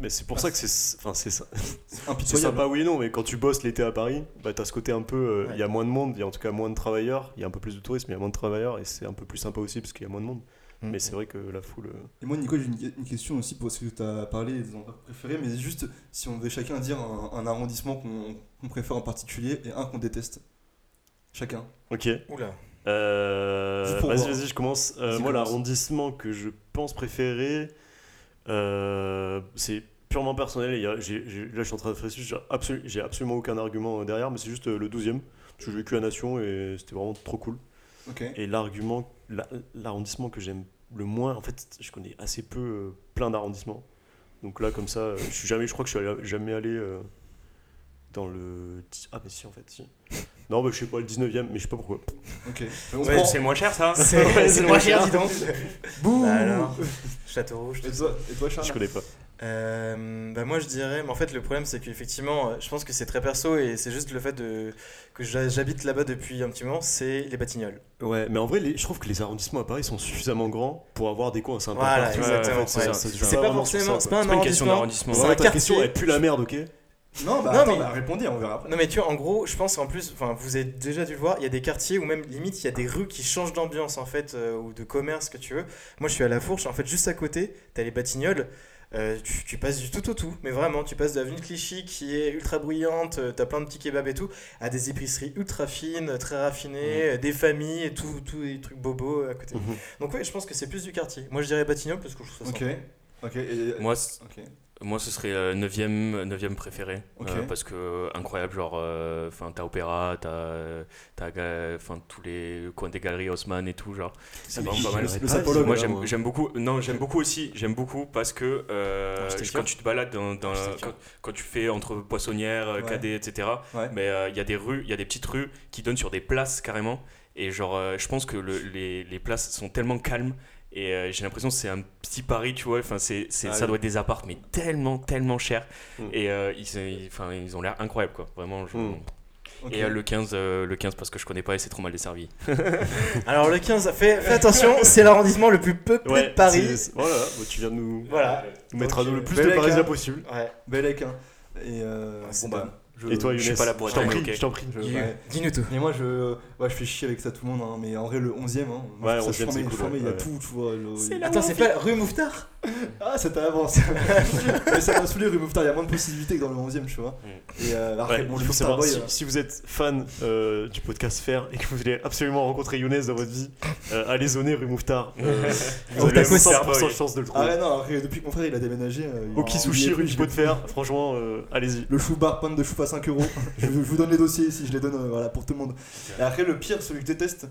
Speaker 1: mais Ah, c'est pour ça que c'est enfin c'est ça bah.
Speaker 3: c'est
Speaker 1: C'est
Speaker 3: impitoyable.
Speaker 1: sympa, oui et non, mais quand tu bosses l'été à Paris, bah, t'as ce côté un peu. euh, Il
Speaker 4: Ouais.
Speaker 1: y a moins de monde, il y a en tout cas moins de travailleurs, il y a un peu plus de tourisme, il y a moins de travailleurs, et c'est un peu plus sympa aussi parce qu'il y a moins de monde.
Speaker 4: Mm.
Speaker 1: Mais c'est vrai que la foule. euh,
Speaker 3: Et moi, Nico, j'ai une, une question aussi parce que tu as parlé des endroits préférés, mais juste si on devait chacun dire un, un arrondissement qu'on qu'on préfère en particulier et un qu'on déteste. Chacun.
Speaker 1: Ok.
Speaker 4: Oula.
Speaker 1: Euh,
Speaker 3: Dis pour
Speaker 1: Vas-y,
Speaker 3: voir.
Speaker 1: vas-y, je commence. Euh,
Speaker 3: Vas-y,
Speaker 1: moi,
Speaker 3: commence.
Speaker 1: l'arrondissement que je pense préféré, euh, c'est purement personnel. et il y a- j'ai- j'ai- là, je suis en train de faire j'ai absolu- j'ai absolument aucun argument euh, derrière, mais c'est juste euh, le 12 e parce que j'ai vécu à Nation et c'était vraiment trop cool.
Speaker 3: Ok.
Speaker 1: Et l'argument, la- l'arrondissement que j'aime le moins, en fait, je connais assez peu euh, plein d'arrondissements. Donc là, comme ça, euh, je suis jamais, je crois que je suis allé- jamais allé euh, dans le. dix- Ah, mais si, en fait, si. Non, bah, je sais pas, le 19ème, mais je sais pas pourquoi.
Speaker 3: Ok. On
Speaker 2: Ouais, Bah,
Speaker 3: prend-
Speaker 2: c'est moins cher, ça.
Speaker 4: C'est
Speaker 3: c'est
Speaker 4: c'est
Speaker 3: moins
Speaker 4: moins cher,
Speaker 3: cher.
Speaker 4: dis donc.
Speaker 3: Bouh
Speaker 4: Bah alors, Château Rouge.
Speaker 3: et, toi, et toi, Charles
Speaker 1: Je connais pas.
Speaker 4: Euh, bah moi je dirais, mais en fait le problème c'est qu'effectivement, euh, je pense que c'est très perso et c'est juste le fait de, que j'a- j'habite là-bas depuis un petit moment, c'est les Batignolles.
Speaker 1: Ouais, mais en vrai, les- je trouve que les arrondissements à Paris sont suffisamment grands pour avoir des coins sympas.
Speaker 4: Voilà,
Speaker 1: partout. En
Speaker 4: exactement.
Speaker 1: fait, c'est
Speaker 4: ouais.
Speaker 1: ça, ça se joue
Speaker 4: C'est pas
Speaker 1: vraiment sur
Speaker 4: forcément,
Speaker 1: ça,
Speaker 4: c'est
Speaker 1: quoi.
Speaker 4: pas
Speaker 2: C'est
Speaker 4: un
Speaker 2: pas une question
Speaker 4: arrondissement.
Speaker 2: d'arrondissement.
Speaker 4: c'est
Speaker 1: Ouais, ta
Speaker 4: un
Speaker 1: question,
Speaker 4: quartier.
Speaker 1: elle pue la merde, ok
Speaker 3: Non, bah
Speaker 4: Non,
Speaker 3: attends,
Speaker 4: mais-
Speaker 3: bah, répondez, on verra après.
Speaker 4: Non mais tu vois, en gros, je pense en plus, enfin vous avez déjà dû le voir, il y a des quartiers ou même limite il y a des rues qui changent d'ambiance en fait euh, ou de commerce que tu veux. Moi je suis à La Fourche, en fait juste à côté, t'as les Batignolles, euh, tu, tu passes du tout au tout, mais vraiment tu passes de l'avenue Clichy qui est ultra bruyante, euh, t'as plein de petits kebabs et tout, à des épiceries ultra fines, très raffinées,
Speaker 1: Mmh.
Speaker 4: euh, des familles et tout, tout des trucs bobos à côté.
Speaker 1: Mhm.
Speaker 4: Donc ouais, je pense que c'est plus du quartier. Moi je dirais Batignolles parce que je trouve ça.
Speaker 3: Ok.
Speaker 4: sympa.
Speaker 3: Ok. Et...
Speaker 2: Moi, c'est-
Speaker 3: Ok.
Speaker 2: Moi, ce serait 9ème, 9 préféré.
Speaker 3: Ok.
Speaker 2: euh, parce que, euh, incroyable, genre, euh, 'fin, t'as Opéra, t'as euh, t'as, euh, 'fin, tous les coins des galeries Haussmann et tout, genre. C'est
Speaker 3: mais
Speaker 2: vraiment pas
Speaker 3: je-
Speaker 2: mal.
Speaker 3: je-
Speaker 1: Le
Speaker 3: Ah,
Speaker 1: sapologue.
Speaker 2: Moi
Speaker 3: là,
Speaker 2: j'aime
Speaker 3: ouais.
Speaker 2: j'aime beaucoup, non j'aime beaucoup aussi, j'aime beaucoup parce que euh,
Speaker 1: Ah, c'était
Speaker 2: quand
Speaker 1: clair.
Speaker 2: tu te balades dans, dans-
Speaker 1: Ah, c'était clair.
Speaker 2: quand, quand tu fais entre Poissonnière, euh,
Speaker 3: Ouais.
Speaker 2: Cadet, etc.
Speaker 3: Ouais.
Speaker 2: Mais euh, il y a des rues, il y a des petites rues qui donnent sur des places carrément. Et genre euh, je pense que le- les, les places sont tellement calmes et euh, j'ai l'impression que c'est un petit Paris tu vois. Enfin c'est c'est-
Speaker 3: Ah,
Speaker 2: ça
Speaker 3: oui.
Speaker 2: doit être des appartes mais tellement tellement chers
Speaker 1: Mm.
Speaker 2: et euh, ils, ils- enfin, ils ont l'air incroyables quoi. Vraiment. je-
Speaker 1: Mm.
Speaker 3: Ok.
Speaker 2: Et euh, le 15 euh, le 15 parce que je connais pas et c'est trop mal desservi.
Speaker 4: Alors le 15, fais, fais attention, c'est l'arrondissement le plus peuplé
Speaker 1: Ouais,
Speaker 4: de Paris.
Speaker 1: c'est- Voilà, bah, tu viens de nous,
Speaker 4: Voilà.
Speaker 1: nous mettre à
Speaker 4: Donc,
Speaker 1: nous
Speaker 4: euh,
Speaker 1: le plus
Speaker 3: Bellec,
Speaker 1: de Parisiens
Speaker 3: hein.
Speaker 1: possible.
Speaker 4: Ouais.
Speaker 3: Bellec, hein. Et euh,
Speaker 4: Ah, c'est
Speaker 3: bon, bah, je,
Speaker 1: Et toi,
Speaker 2: je
Speaker 1: Younes
Speaker 2: suis pas là pour
Speaker 1: Je t'en
Speaker 2: être
Speaker 1: prie,
Speaker 2: évoqué.
Speaker 1: je t'en prie.
Speaker 3: je-
Speaker 4: You.
Speaker 3: ouais.
Speaker 4: Dis-nous tout.
Speaker 3: Mais moi, je, euh, ouais, je fais chier avec ça tout le monde, hein, mais en vrai, le 11 e hein, moi,
Speaker 1: Ouais,
Speaker 3: je trouve
Speaker 1: 11e, c'est
Speaker 3: ça formé-
Speaker 1: cool,
Speaker 3: formé, il y a
Speaker 1: ouais.
Speaker 3: tout, tu vois. le- il-
Speaker 4: Attends, c'est pas rue Mouffetard
Speaker 3: Ah, ça t'a avancé. mais ça m'a saoulé, Rue Mouffetard, il y a moins de possibilités que dans le 11 e tu vois.
Speaker 2: Mm.
Speaker 3: Et euh, après,
Speaker 1: Ouais,
Speaker 3: bon,
Speaker 1: il
Speaker 3: le
Speaker 1: faut
Speaker 3: Mouffetard
Speaker 1: savoir,
Speaker 3: Boy.
Speaker 1: si,
Speaker 3: euh,
Speaker 1: si vous êtes fan euh, du podcast Faire et que vous voulez absolument rencontrer Younes dans votre vie, euh, allez zoner rue Mouffetard. Euh, vous
Speaker 4: Au
Speaker 1: avez
Speaker 4: tacos.
Speaker 1: 100% de chance de le
Speaker 3: Ah
Speaker 1: trouver.
Speaker 3: ouais, non, après, depuis que mon frère il a déménagé. euh, il-
Speaker 1: Au Kisushi,
Speaker 3: il est-
Speaker 1: rue du
Speaker 3: il
Speaker 1: Pot
Speaker 3: est-
Speaker 1: de Fer, franchement, euh, allez-y.
Speaker 3: Le chou bar, pomme de chou à 5 euros. je, je vous donne les dossiers ici, je les donne euh, voilà, pour tout le monde. Et après, le pire, celui que je déteste,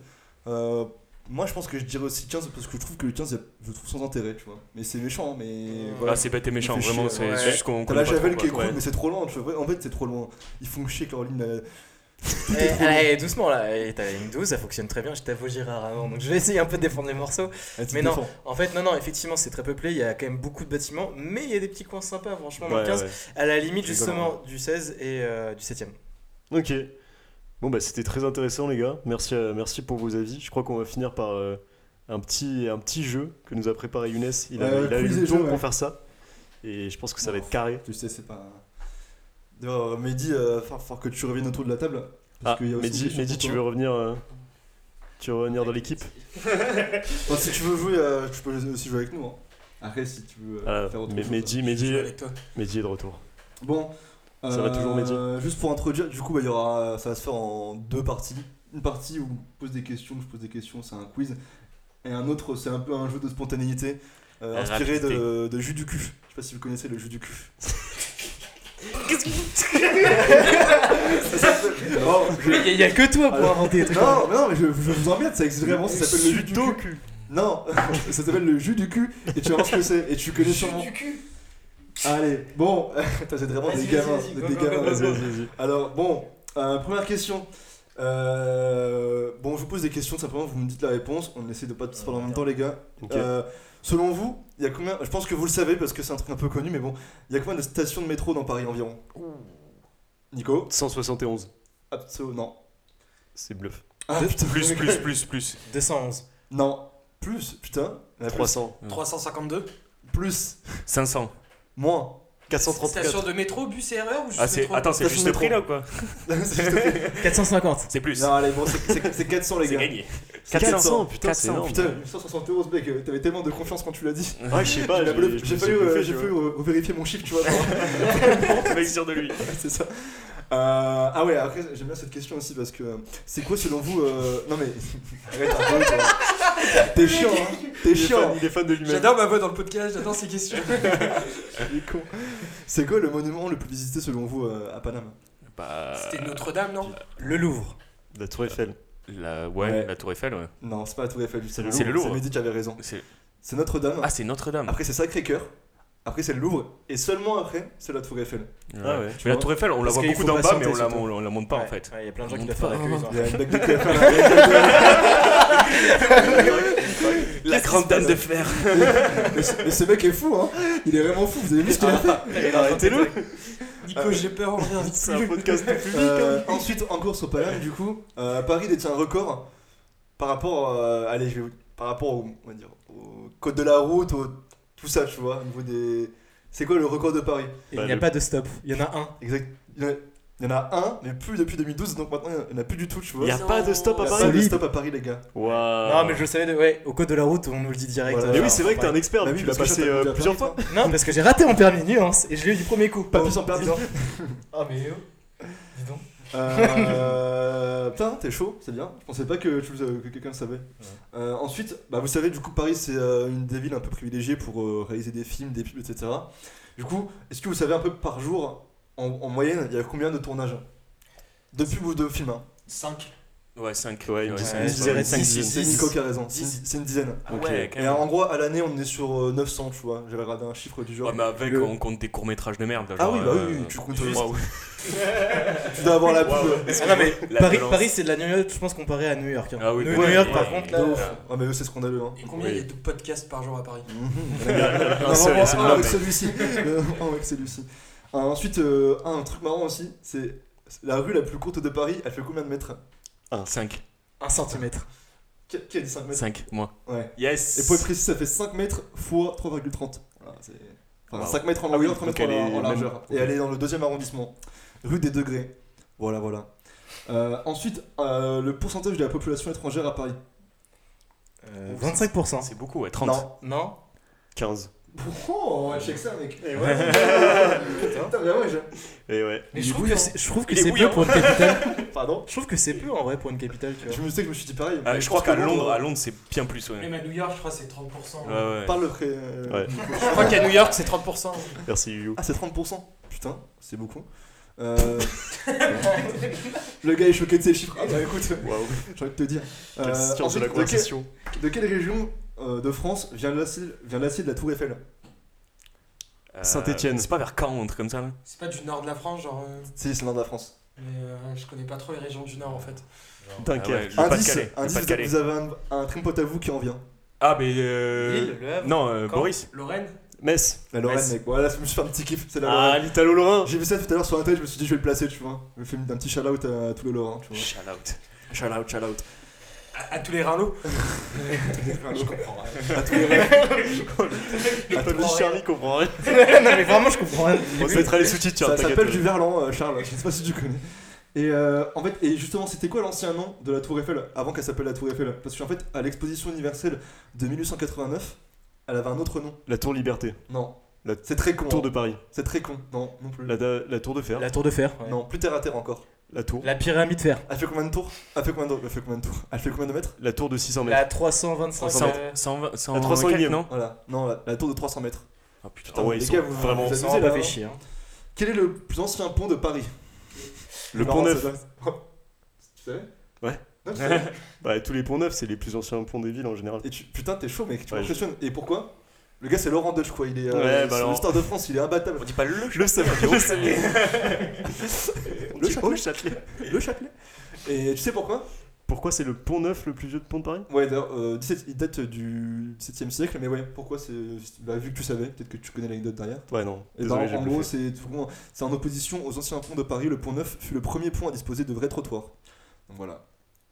Speaker 3: euh, moi je pense que je dirais aussi 15 parce que je trouve que le 15, je le trouve sans intérêt, tu vois. Mais c'est méchant, hein, mais voilà.
Speaker 2: Ah, c'est bête et méchant,
Speaker 3: Il fait
Speaker 2: vraiment,
Speaker 3: chier,
Speaker 2: c'est
Speaker 4: ouais.
Speaker 2: c'est juste qu'on
Speaker 3: T'as
Speaker 2: connaît
Speaker 3: la
Speaker 2: pas trop,
Speaker 3: javel qui est
Speaker 2: quoi.
Speaker 3: cool, mais c'est trop lent, tu vois. En fait, c'est trop loin. Ils font chier avec leur ligne. euh,
Speaker 4: Eh, allez, doucement là, Eh, t'as la ligne 12, ça fonctionne très bien, j'étais à Vaugirard avant, donc je vais essayer un peu de défendre les morceaux.
Speaker 3: elle te
Speaker 4: Mais non.
Speaker 3: défend.
Speaker 4: En fait, non, non, effectivement, c'est très peuplé, il y a quand même beaucoup de bâtiments, mais il y a des petits coins sympas, franchement, dans le
Speaker 1: Ouais,
Speaker 4: 15,
Speaker 1: ouais.
Speaker 4: à la limite
Speaker 3: Je rigole,
Speaker 4: justement du 16 et euh, du 7ème.
Speaker 1: Ok. Bon, bah, c'était très intéressant, les gars. Merci, euh, merci pour vos avis. Je crois qu'on va finir par euh, un, petit, un petit jeu que nous a préparé Younes. Il a,
Speaker 3: Ouais,
Speaker 1: il a eu
Speaker 3: quiz
Speaker 1: le
Speaker 3: et
Speaker 1: temps
Speaker 3: jeu, ouais.
Speaker 1: pour faire ça. Et je pense que ça va être carré.
Speaker 3: Tu sais, c'est pas. D'ailleurs, euh, Mehdi, il faut que tu reviennes autour de la table.
Speaker 1: Ah,
Speaker 3: qu'il y a aussi une
Speaker 1: Mehdi,
Speaker 3: question
Speaker 1: Mehdi,
Speaker 3: pour
Speaker 1: tu
Speaker 3: toi.
Speaker 1: veux revenir, euh, tu veux revenir dans l'équipe
Speaker 3: Enfin, si tu veux jouer, euh, tu peux aussi jouer avec nous. hein. Après, si tu veux euh,
Speaker 1: Ah,
Speaker 3: faire autre
Speaker 1: mais
Speaker 3: chose.
Speaker 1: Mehdi,
Speaker 5: Je
Speaker 1: Mehdi,
Speaker 5: joue avec toi.
Speaker 1: Mehdi est de retour.
Speaker 3: Bon. euh,
Speaker 1: Ça va toujours, Mehdi
Speaker 3: Juste pour introduire, du coup, bah, il y aura, ça va se faire en deux parties. Une partie où on pose des questions, je pose des questions, c'est un quiz. Et un autre, c'est un peu un jeu de spontanéité, euh,
Speaker 2: La
Speaker 3: inspiré
Speaker 2: rapidité.
Speaker 3: de, de jus du cul. Je sais pas si vous connaissez le jus du cul. Oh, je-
Speaker 4: Il y, a que toi
Speaker 3: pour
Speaker 4: pour
Speaker 3: Alors-
Speaker 4: inventer des trucs.
Speaker 3: Non, mais non, mais je, je vous emmerde, ça existe vraiment, ça s'appelle le jus du cul.
Speaker 1: cul.
Speaker 3: Non, ça s'appelle le jus du cul, et tu vas voir ce que c'est, et tu connais sûrement.
Speaker 5: du cul.
Speaker 3: Allez, bon, putain, c'est vraiment des
Speaker 5: Vas-y,
Speaker 3: gamins,
Speaker 5: vas-y, vas-y,
Speaker 3: des
Speaker 5: go,
Speaker 3: des
Speaker 5: go, go,
Speaker 3: gamins.
Speaker 5: go, go.
Speaker 1: Vas-y, vas-y, vas-y.
Speaker 3: Alors, bon, euh, première question. Euh, bon, je vous pose des questions, simplement vous me dites la réponse. On essaie de pas tous parler en même temps, les gars.
Speaker 1: Ok.
Speaker 3: Euh, selon vous, il y a combien Je pense que vous le savez parce que c'est un truc un peu connu, mais bon, il y a combien de stations de métro dans Paris environ Nico
Speaker 1: 171.
Speaker 3: Absolument.
Speaker 1: C'est bluff.
Speaker 3: Ah putain,
Speaker 2: Plus, plus, plus, plus.
Speaker 4: 211.
Speaker 3: Non, plus, putain. La plus.
Speaker 1: 300.
Speaker 5: 352.
Speaker 3: Plus,
Speaker 2: 500.
Speaker 3: moins.
Speaker 1: 434.
Speaker 5: Station de métro, bus et erreur ou juste
Speaker 2: Ah, c'est.
Speaker 5: métro
Speaker 2: Attends, c'est
Speaker 3: Station
Speaker 2: juste le
Speaker 3: métro.
Speaker 2: prix là ou quoi
Speaker 3: C'est juste-
Speaker 4: 450.
Speaker 2: C'est plus.
Speaker 3: non, allez, bon, c'est- c'est c'est 400, les
Speaker 2: C'est
Speaker 3: gars.
Speaker 2: gagné.
Speaker 1: 400, putain, c'est
Speaker 2: 400,
Speaker 1: énorme.
Speaker 3: Putain, 171 mec, euh, t'avais tellement de confiance quand tu l'as dit.
Speaker 1: Ouais, je sais pas,
Speaker 3: J'ai
Speaker 1: j'ai
Speaker 3: failli,
Speaker 1: je me suis
Speaker 3: euh,
Speaker 1: bluffé,
Speaker 3: j'ai
Speaker 1: tu
Speaker 3: failli
Speaker 1: vois.
Speaker 3: re- revérifier mon chiffre, tu vois.
Speaker 2: Le mec sûr de lui.
Speaker 3: Ouais, c'est ça. Euh, ah ouais, après j'aime bien cette question aussi parce que euh, c'est quoi selon vous euh, Non mais arrête un peu, toi. T'es chiant, hein T'es
Speaker 1: Il est fan-
Speaker 3: chiant.
Speaker 1: Il est fan de lui-même.
Speaker 5: J'adore ma voix dans le podcast, j'adore ces questions.
Speaker 3: Il est con. C'est quoi le monument le plus visité selon vous euh, à Paname
Speaker 2: Bah.
Speaker 5: C'était Notre-Dame, non
Speaker 4: Le Louvre.
Speaker 1: La Tour Eiffel.
Speaker 2: La... Ouais,
Speaker 3: Ouais.
Speaker 2: la Tour Eiffel, ouais.
Speaker 3: Non, c'est pas la Tour Eiffel,
Speaker 2: le Louvre. C'est le Louvre.
Speaker 3: C'est Mehdi qui avait raison.
Speaker 2: C'est-
Speaker 3: C'est Notre-Dame.
Speaker 2: Ah, c'est Notre-Dame.
Speaker 3: Après c'est Sacré-Cœur. Après c'est le Louvre. Et seulement après c'est la Tour Eiffel.
Speaker 1: Ah ouais.
Speaker 2: Mais la
Speaker 3: vois.
Speaker 2: Tour Eiffel, on la
Speaker 3: Parce
Speaker 2: voit
Speaker 3: qu'il
Speaker 2: beaucoup
Speaker 3: faut
Speaker 2: d'en bas, mais
Speaker 3: patienter,
Speaker 2: on la,
Speaker 3: surtout.
Speaker 2: on, la monte pas en fait.
Speaker 4: Il y a plein de gens qui
Speaker 2: On monte
Speaker 4: doivent faire la
Speaker 2: pas.
Speaker 4: queue. ils ont-
Speaker 3: Il y a une blague de TF1, là. Il y a une blague de-
Speaker 2: La grande dame de fer.
Speaker 3: mais, ce, mais ce mec est fou, hein Il est vraiment fou, vous avez vu ce qu'il a
Speaker 1: Ah,
Speaker 3: fait
Speaker 1: Arrêtez-le Ah,
Speaker 5: Nico, j'ai peur, on revient.
Speaker 1: C'est un podcast de public.
Speaker 3: Euh, Ensuite, en course au Palais, du coup, euh, Paris détient un record euh, par rapport, euh, allez, je vais vous- par rapport au, on va dire, au code de la route, au- tout ça, tu vois, au niveau des... C'est quoi le record de Paris
Speaker 4: Il
Speaker 1: Bah,
Speaker 4: n'y a
Speaker 1: le-
Speaker 4: pas de stop. Il y en a un.
Speaker 3: Exact. Il y en a- il y en a un, mais plus depuis 2012, donc maintenant il n'y en a plus du tout, tu vois.
Speaker 1: Il n'y a pas de stop à
Speaker 3: Il y a
Speaker 1: Paris
Speaker 3: pas de
Speaker 4: Solide.
Speaker 3: stop à Paris, les gars.
Speaker 1: Waouh.
Speaker 4: Non, mais je le savais, de... ouais, au code de la route, on nous le dit direct.
Speaker 3: Voilà.
Speaker 4: euh,
Speaker 1: Ah. Mais oui,
Speaker 4: genre,
Speaker 1: c'est vrai que t'es un expert,
Speaker 3: Bah oui,
Speaker 1: tu l'as
Speaker 3: parce que
Speaker 1: passé
Speaker 3: je t'ai
Speaker 1: euh,
Speaker 3: appris à
Speaker 1: plusieurs
Speaker 3: Paris,
Speaker 1: fois.
Speaker 4: Non, parce que j'ai raté mon permis nuance et je l'ai eu du premier coup. Oh,
Speaker 3: Papy sans permis.
Speaker 4: Ah, mais oh. Dis donc.
Speaker 3: Euh, Putain, t'es chaud, c'est bien. Je pensais pas que, tu le savais- que quelqu'un le savait. Euh, ensuite, bah, vous savez, du coup, Paris, c'est euh, une des villes un peu privilégiées pour euh, réaliser des films, des pubs, etc. Du coup, est-ce que vous savez un peu par jour, en, en moyenne, il y a combien de tournages De pubs ou de films hein
Speaker 5: 5.
Speaker 2: Ouais, 5.
Speaker 1: Ouais, une dizaine,
Speaker 2: ouais,
Speaker 1: je dirais
Speaker 2: cinq, six.
Speaker 3: C'est Nico qui a raison, c'est
Speaker 5: Dix.
Speaker 3: une- c'est une dizaine.
Speaker 2: Ok, quand
Speaker 3: Et
Speaker 2: même.
Speaker 3: en gros, à l'année, on est sur euh, 900, tu vois. J'avais regardé un chiffre du genre.
Speaker 2: Ouais, mais avec,
Speaker 3: Le-
Speaker 2: on compte des courts-métrages de merde. là,
Speaker 3: Ah
Speaker 2: genre,
Speaker 3: oui, bah oui,
Speaker 2: euh,
Speaker 3: oui, tu comptes
Speaker 2: juste-
Speaker 3: juste.
Speaker 2: Waouh.
Speaker 3: Tu dois avoir la pub.
Speaker 2: Waouh.
Speaker 4: Ah non, mais
Speaker 2: La
Speaker 4: Paris,
Speaker 2: violence.
Speaker 4: Paris, c'est de la New York, je pense, comparé à New York. hein.
Speaker 2: Ah oui,
Speaker 4: New,
Speaker 2: ouais,
Speaker 4: New York,
Speaker 2: ouais,
Speaker 4: par
Speaker 2: ouais.
Speaker 4: contre,
Speaker 3: De
Speaker 4: là.
Speaker 3: ouf. Ah, mais eux, c'est scandaleux, hein.
Speaker 5: Et combien il y a de podcasts par jour à Paris
Speaker 2: Mhm.
Speaker 1: Un seul,
Speaker 3: Ah,
Speaker 1: c'est
Speaker 3: ah,
Speaker 1: là,
Speaker 3: avec
Speaker 1: mais-
Speaker 3: celui-ci. Euh, ah, avec celui-ci. Ah, ensuite, euh, ah, un truc marrant aussi, c'est la rue la plus courte de Paris, elle fait combien de mètres
Speaker 2: 5.
Speaker 4: 1 centimètre.
Speaker 3: Qui qui a dit 5 mètres
Speaker 2: 5, moi.
Speaker 3: Ouais.
Speaker 2: Yes
Speaker 3: Et pour être précis, ça fait 5 mètres fois 3,30. Voilà, c'est- enfin,
Speaker 2: Wow.
Speaker 3: 5 mètres en
Speaker 2: Ah oui,
Speaker 3: longueur, 3
Speaker 2: donc
Speaker 3: mètres en,
Speaker 2: elle est
Speaker 3: en largeur.
Speaker 2: même-
Speaker 3: Et elle est dans le deuxième arrondissement, rue des Degrés. Voilà, voilà. Euh, ensuite, euh, le pourcentage de la population étrangère à Paris.
Speaker 4: Euh, 25%.
Speaker 2: C'est beaucoup, ouais, 30.
Speaker 3: Non.
Speaker 4: Non
Speaker 1: 15.
Speaker 3: Oh, on check ça, mec.
Speaker 1: Et ouais.
Speaker 3: Putain, mais ouais, j'ai-
Speaker 1: Et ouais.
Speaker 4: Mais
Speaker 3: Il
Speaker 4: je
Speaker 3: est
Speaker 4: trouve que
Speaker 3: bouillant.
Speaker 4: c'est- je trouve que
Speaker 2: Il est
Speaker 4: c'est peu pour une capitale.
Speaker 3: Pardon
Speaker 4: Je trouve que c'est peu en vrai pour une capitale, tu vois.
Speaker 3: Je me sais que je me suis dit pareil.
Speaker 2: Ah,
Speaker 3: mais
Speaker 2: je crois
Speaker 3: pense
Speaker 2: qu'à
Speaker 3: que
Speaker 2: Londres, à Londres, c'est bien plus, ouais.
Speaker 5: Même à New York, je crois que c'est 30%.
Speaker 2: Ouais, ouais.
Speaker 3: Parle après. euh,
Speaker 1: Ouais.
Speaker 5: Je crois qu'à New York, c'est 30%.
Speaker 1: Merci, You.
Speaker 3: Ah, c'est 30%. Putain, c'est beaucoup. Euh, le gars est choqué de ces chiffres. Ah bah écoute,
Speaker 1: Waouh.
Speaker 3: j'ai envie de te dire. Euh,
Speaker 1: Quelle science
Speaker 3: ensuite,
Speaker 1: de la
Speaker 3: de, quelle-
Speaker 1: conversation.
Speaker 3: de quelle région euh, de France vient l'acide vient l'acide de la Tour Eiffel
Speaker 2: Euh,
Speaker 1: Saint-Étienne.
Speaker 2: C'est pas vers 40, comme ça, là
Speaker 5: C'est pas du nord de la France, genre. euh,
Speaker 3: Si, c'est l'un de la France.
Speaker 5: Mais euh, je connais pas trop les régions du nord en fait.
Speaker 1: Dunkerque.
Speaker 2: Ah ouais, le
Speaker 3: indice,
Speaker 2: Pas-de-Calais. le
Speaker 3: indice
Speaker 2: Pas-de-Calais.
Speaker 3: vous avez un, un trim pote à vous qui en vient.
Speaker 2: Ah, mais. Euh...
Speaker 4: Lille, Le Havre,
Speaker 2: Non, euh,
Speaker 4: Caen.
Speaker 2: Boris.
Speaker 5: Lorraine
Speaker 1: Metz.
Speaker 3: La Lorraine,
Speaker 2: Ouais, c'est-
Speaker 3: mec. Voilà, je me suis fait un petit kiff. C'est la
Speaker 1: Ah,
Speaker 3: Lorraine.
Speaker 1: l'Italo Lorrain.
Speaker 3: J'ai vu ça tout à l'heure sur Internet, je me suis dit je vais le placer, tu vois. Je me fais un petit shout out à tous les Lorrains, tu vois.
Speaker 2: Shout out. Shout out, shout out.
Speaker 5: à, à tous les Rhinlots
Speaker 3: je comprends rien. À tous les Lorrains.
Speaker 1: Le
Speaker 5: comprends
Speaker 1: petit
Speaker 5: rien.
Speaker 1: Charlie comprend rien.
Speaker 4: non mais vraiment je comprends rien.
Speaker 1: On se mettra les sous-titres, tiens,
Speaker 3: Ça
Speaker 1: t'inquiète.
Speaker 3: s'appelle du Verlan, euh, Charles. Je sais pas si tu connais. Et euh, en fait, et justement, c'était quoi l'ancien nom de la Tour Eiffel avant qu'elle s'appelle la Tour Eiffel Parce qu'en fait, à l'exposition universelle de 1889, elle avait un autre nom.
Speaker 1: La Tour Liberté.
Speaker 3: Non.
Speaker 1: La
Speaker 3: C'est très con.
Speaker 1: Tour
Speaker 3: hein.
Speaker 1: de Paris.
Speaker 3: C'est très con. Non, non plus.
Speaker 1: La, da- la Tour de Fer.
Speaker 4: La tour de fer. ouais.
Speaker 3: Non, plus terre à terre encore.
Speaker 1: La Tour.
Speaker 4: La pyramide fer.
Speaker 3: Elle fait combien de tours Elle fait combien de, elle fait combien de tours Elle fait combien de mètres
Speaker 1: La Tour de 600 mètres.
Speaker 4: La 325. euh,
Speaker 2: 120, 100,
Speaker 1: La 300
Speaker 2: quelques,
Speaker 1: ème.
Speaker 2: non
Speaker 3: Voilà. Non, la, la tour de 300 mètres.
Speaker 2: Ah putain.
Speaker 1: Ah ouais,
Speaker 3: les
Speaker 1: ils
Speaker 3: gars,
Speaker 1: sont
Speaker 3: vous-
Speaker 1: vraiment.
Speaker 3: vous
Speaker 4: Ça
Speaker 3: Excusez,
Speaker 4: m'a pas
Speaker 3: là,
Speaker 4: fait
Speaker 3: hein.
Speaker 4: chier. hein.
Speaker 3: Quel est le plus ancien pont de Paris
Speaker 1: Le
Speaker 3: Non,
Speaker 1: Pont
Speaker 3: ça
Speaker 1: Neuf.
Speaker 3: doit- Tu savais
Speaker 1: Ouais.
Speaker 3: Non, tu savais
Speaker 1: Bah, tous les ponts neufs, c'est les plus anciens ponts des villes en général.
Speaker 3: Et tu- putain, t'es chaud, mec, tu
Speaker 1: Ouais,
Speaker 3: m'impressionnes. Et pourquoi Le gars, c'est Laurent Deutsch, quoi. Il est. euh,
Speaker 1: Ouais, bah
Speaker 3: sur
Speaker 1: alors-
Speaker 3: l'histoire de France, il est imbattable.
Speaker 2: On dit pas le
Speaker 1: Le Savoie. Le Savoie.
Speaker 3: Le Châtelet.
Speaker 1: Châtelet.
Speaker 3: Le Châtelet. Et tu sais pourquoi
Speaker 1: Pourquoi c'est le pont neuf le plus vieux de pont de Paris
Speaker 3: Ouais, d'ailleurs, euh, 17 il date du 17 e siècle, mais ouais, pourquoi c'est. Bah, vu que tu savais, peut-être que tu connais l'anecdote derrière.
Speaker 1: Ouais, non.
Speaker 3: Et
Speaker 1: Désolé,
Speaker 3: bah,
Speaker 1: j'ai
Speaker 3: en gros,
Speaker 1: bluffé.
Speaker 3: c'est tout con. C'est en opposition aux anciens ponts de Paris. Le pont neuf fut le premier pont à disposer de vrais trottoirs. Donc voilà.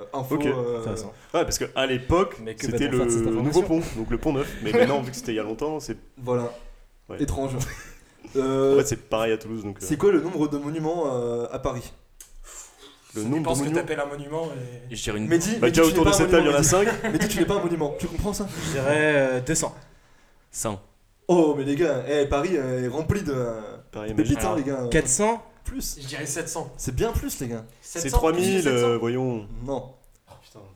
Speaker 3: Euh, Info.
Speaker 1: Ok,
Speaker 3: euh,
Speaker 4: Intéressant.
Speaker 1: Ouais, Ah, parce qu'à l'époque,
Speaker 4: Mais que
Speaker 1: c'était
Speaker 4: va-t-on faire de cette
Speaker 1: le nouveau
Speaker 4: information
Speaker 1: pont, donc le pont neuf. Mais maintenant, vu que c'était il y a longtemps, c'est
Speaker 3: voilà.
Speaker 1: Ouais.
Speaker 3: Étrange.
Speaker 1: en
Speaker 3: Euh,
Speaker 1: fait, c'est pareil à Toulouse. Donc, euh,
Speaker 3: c'est quoi le nombre de monuments euh, à Paris
Speaker 1: le
Speaker 5: Ça
Speaker 1: nombre
Speaker 5: dépend
Speaker 1: de
Speaker 5: ce que
Speaker 1: monuments.
Speaker 5: t'appelles un monument. Et...
Speaker 2: Je dirais une.
Speaker 3: Mehdi,
Speaker 1: Bah,
Speaker 3: Mehdi,
Speaker 1: déjà,
Speaker 3: tu
Speaker 1: autour
Speaker 3: n'es
Speaker 1: de
Speaker 3: pas un
Speaker 1: cette table, il y en
Speaker 3: monument,
Speaker 1: a 5.
Speaker 3: Mehdi. Mehdi, tu n'es pas un monument. Tu comprends ça
Speaker 4: Je dirais euh, 200.
Speaker 2: 100.
Speaker 3: Oh, mais les gars, eh, Paris euh, est rempli de euh,
Speaker 1: Pareil, Eh, mais
Speaker 3: pépites, hein, les gars.
Speaker 4: 400
Speaker 3: plus.
Speaker 5: Je dirais 700.
Speaker 3: C'est bien plus, les gars.
Speaker 1: C'est
Speaker 5: 700,
Speaker 1: 3000,
Speaker 5: 700.
Speaker 1: euh, voyons.
Speaker 3: Non.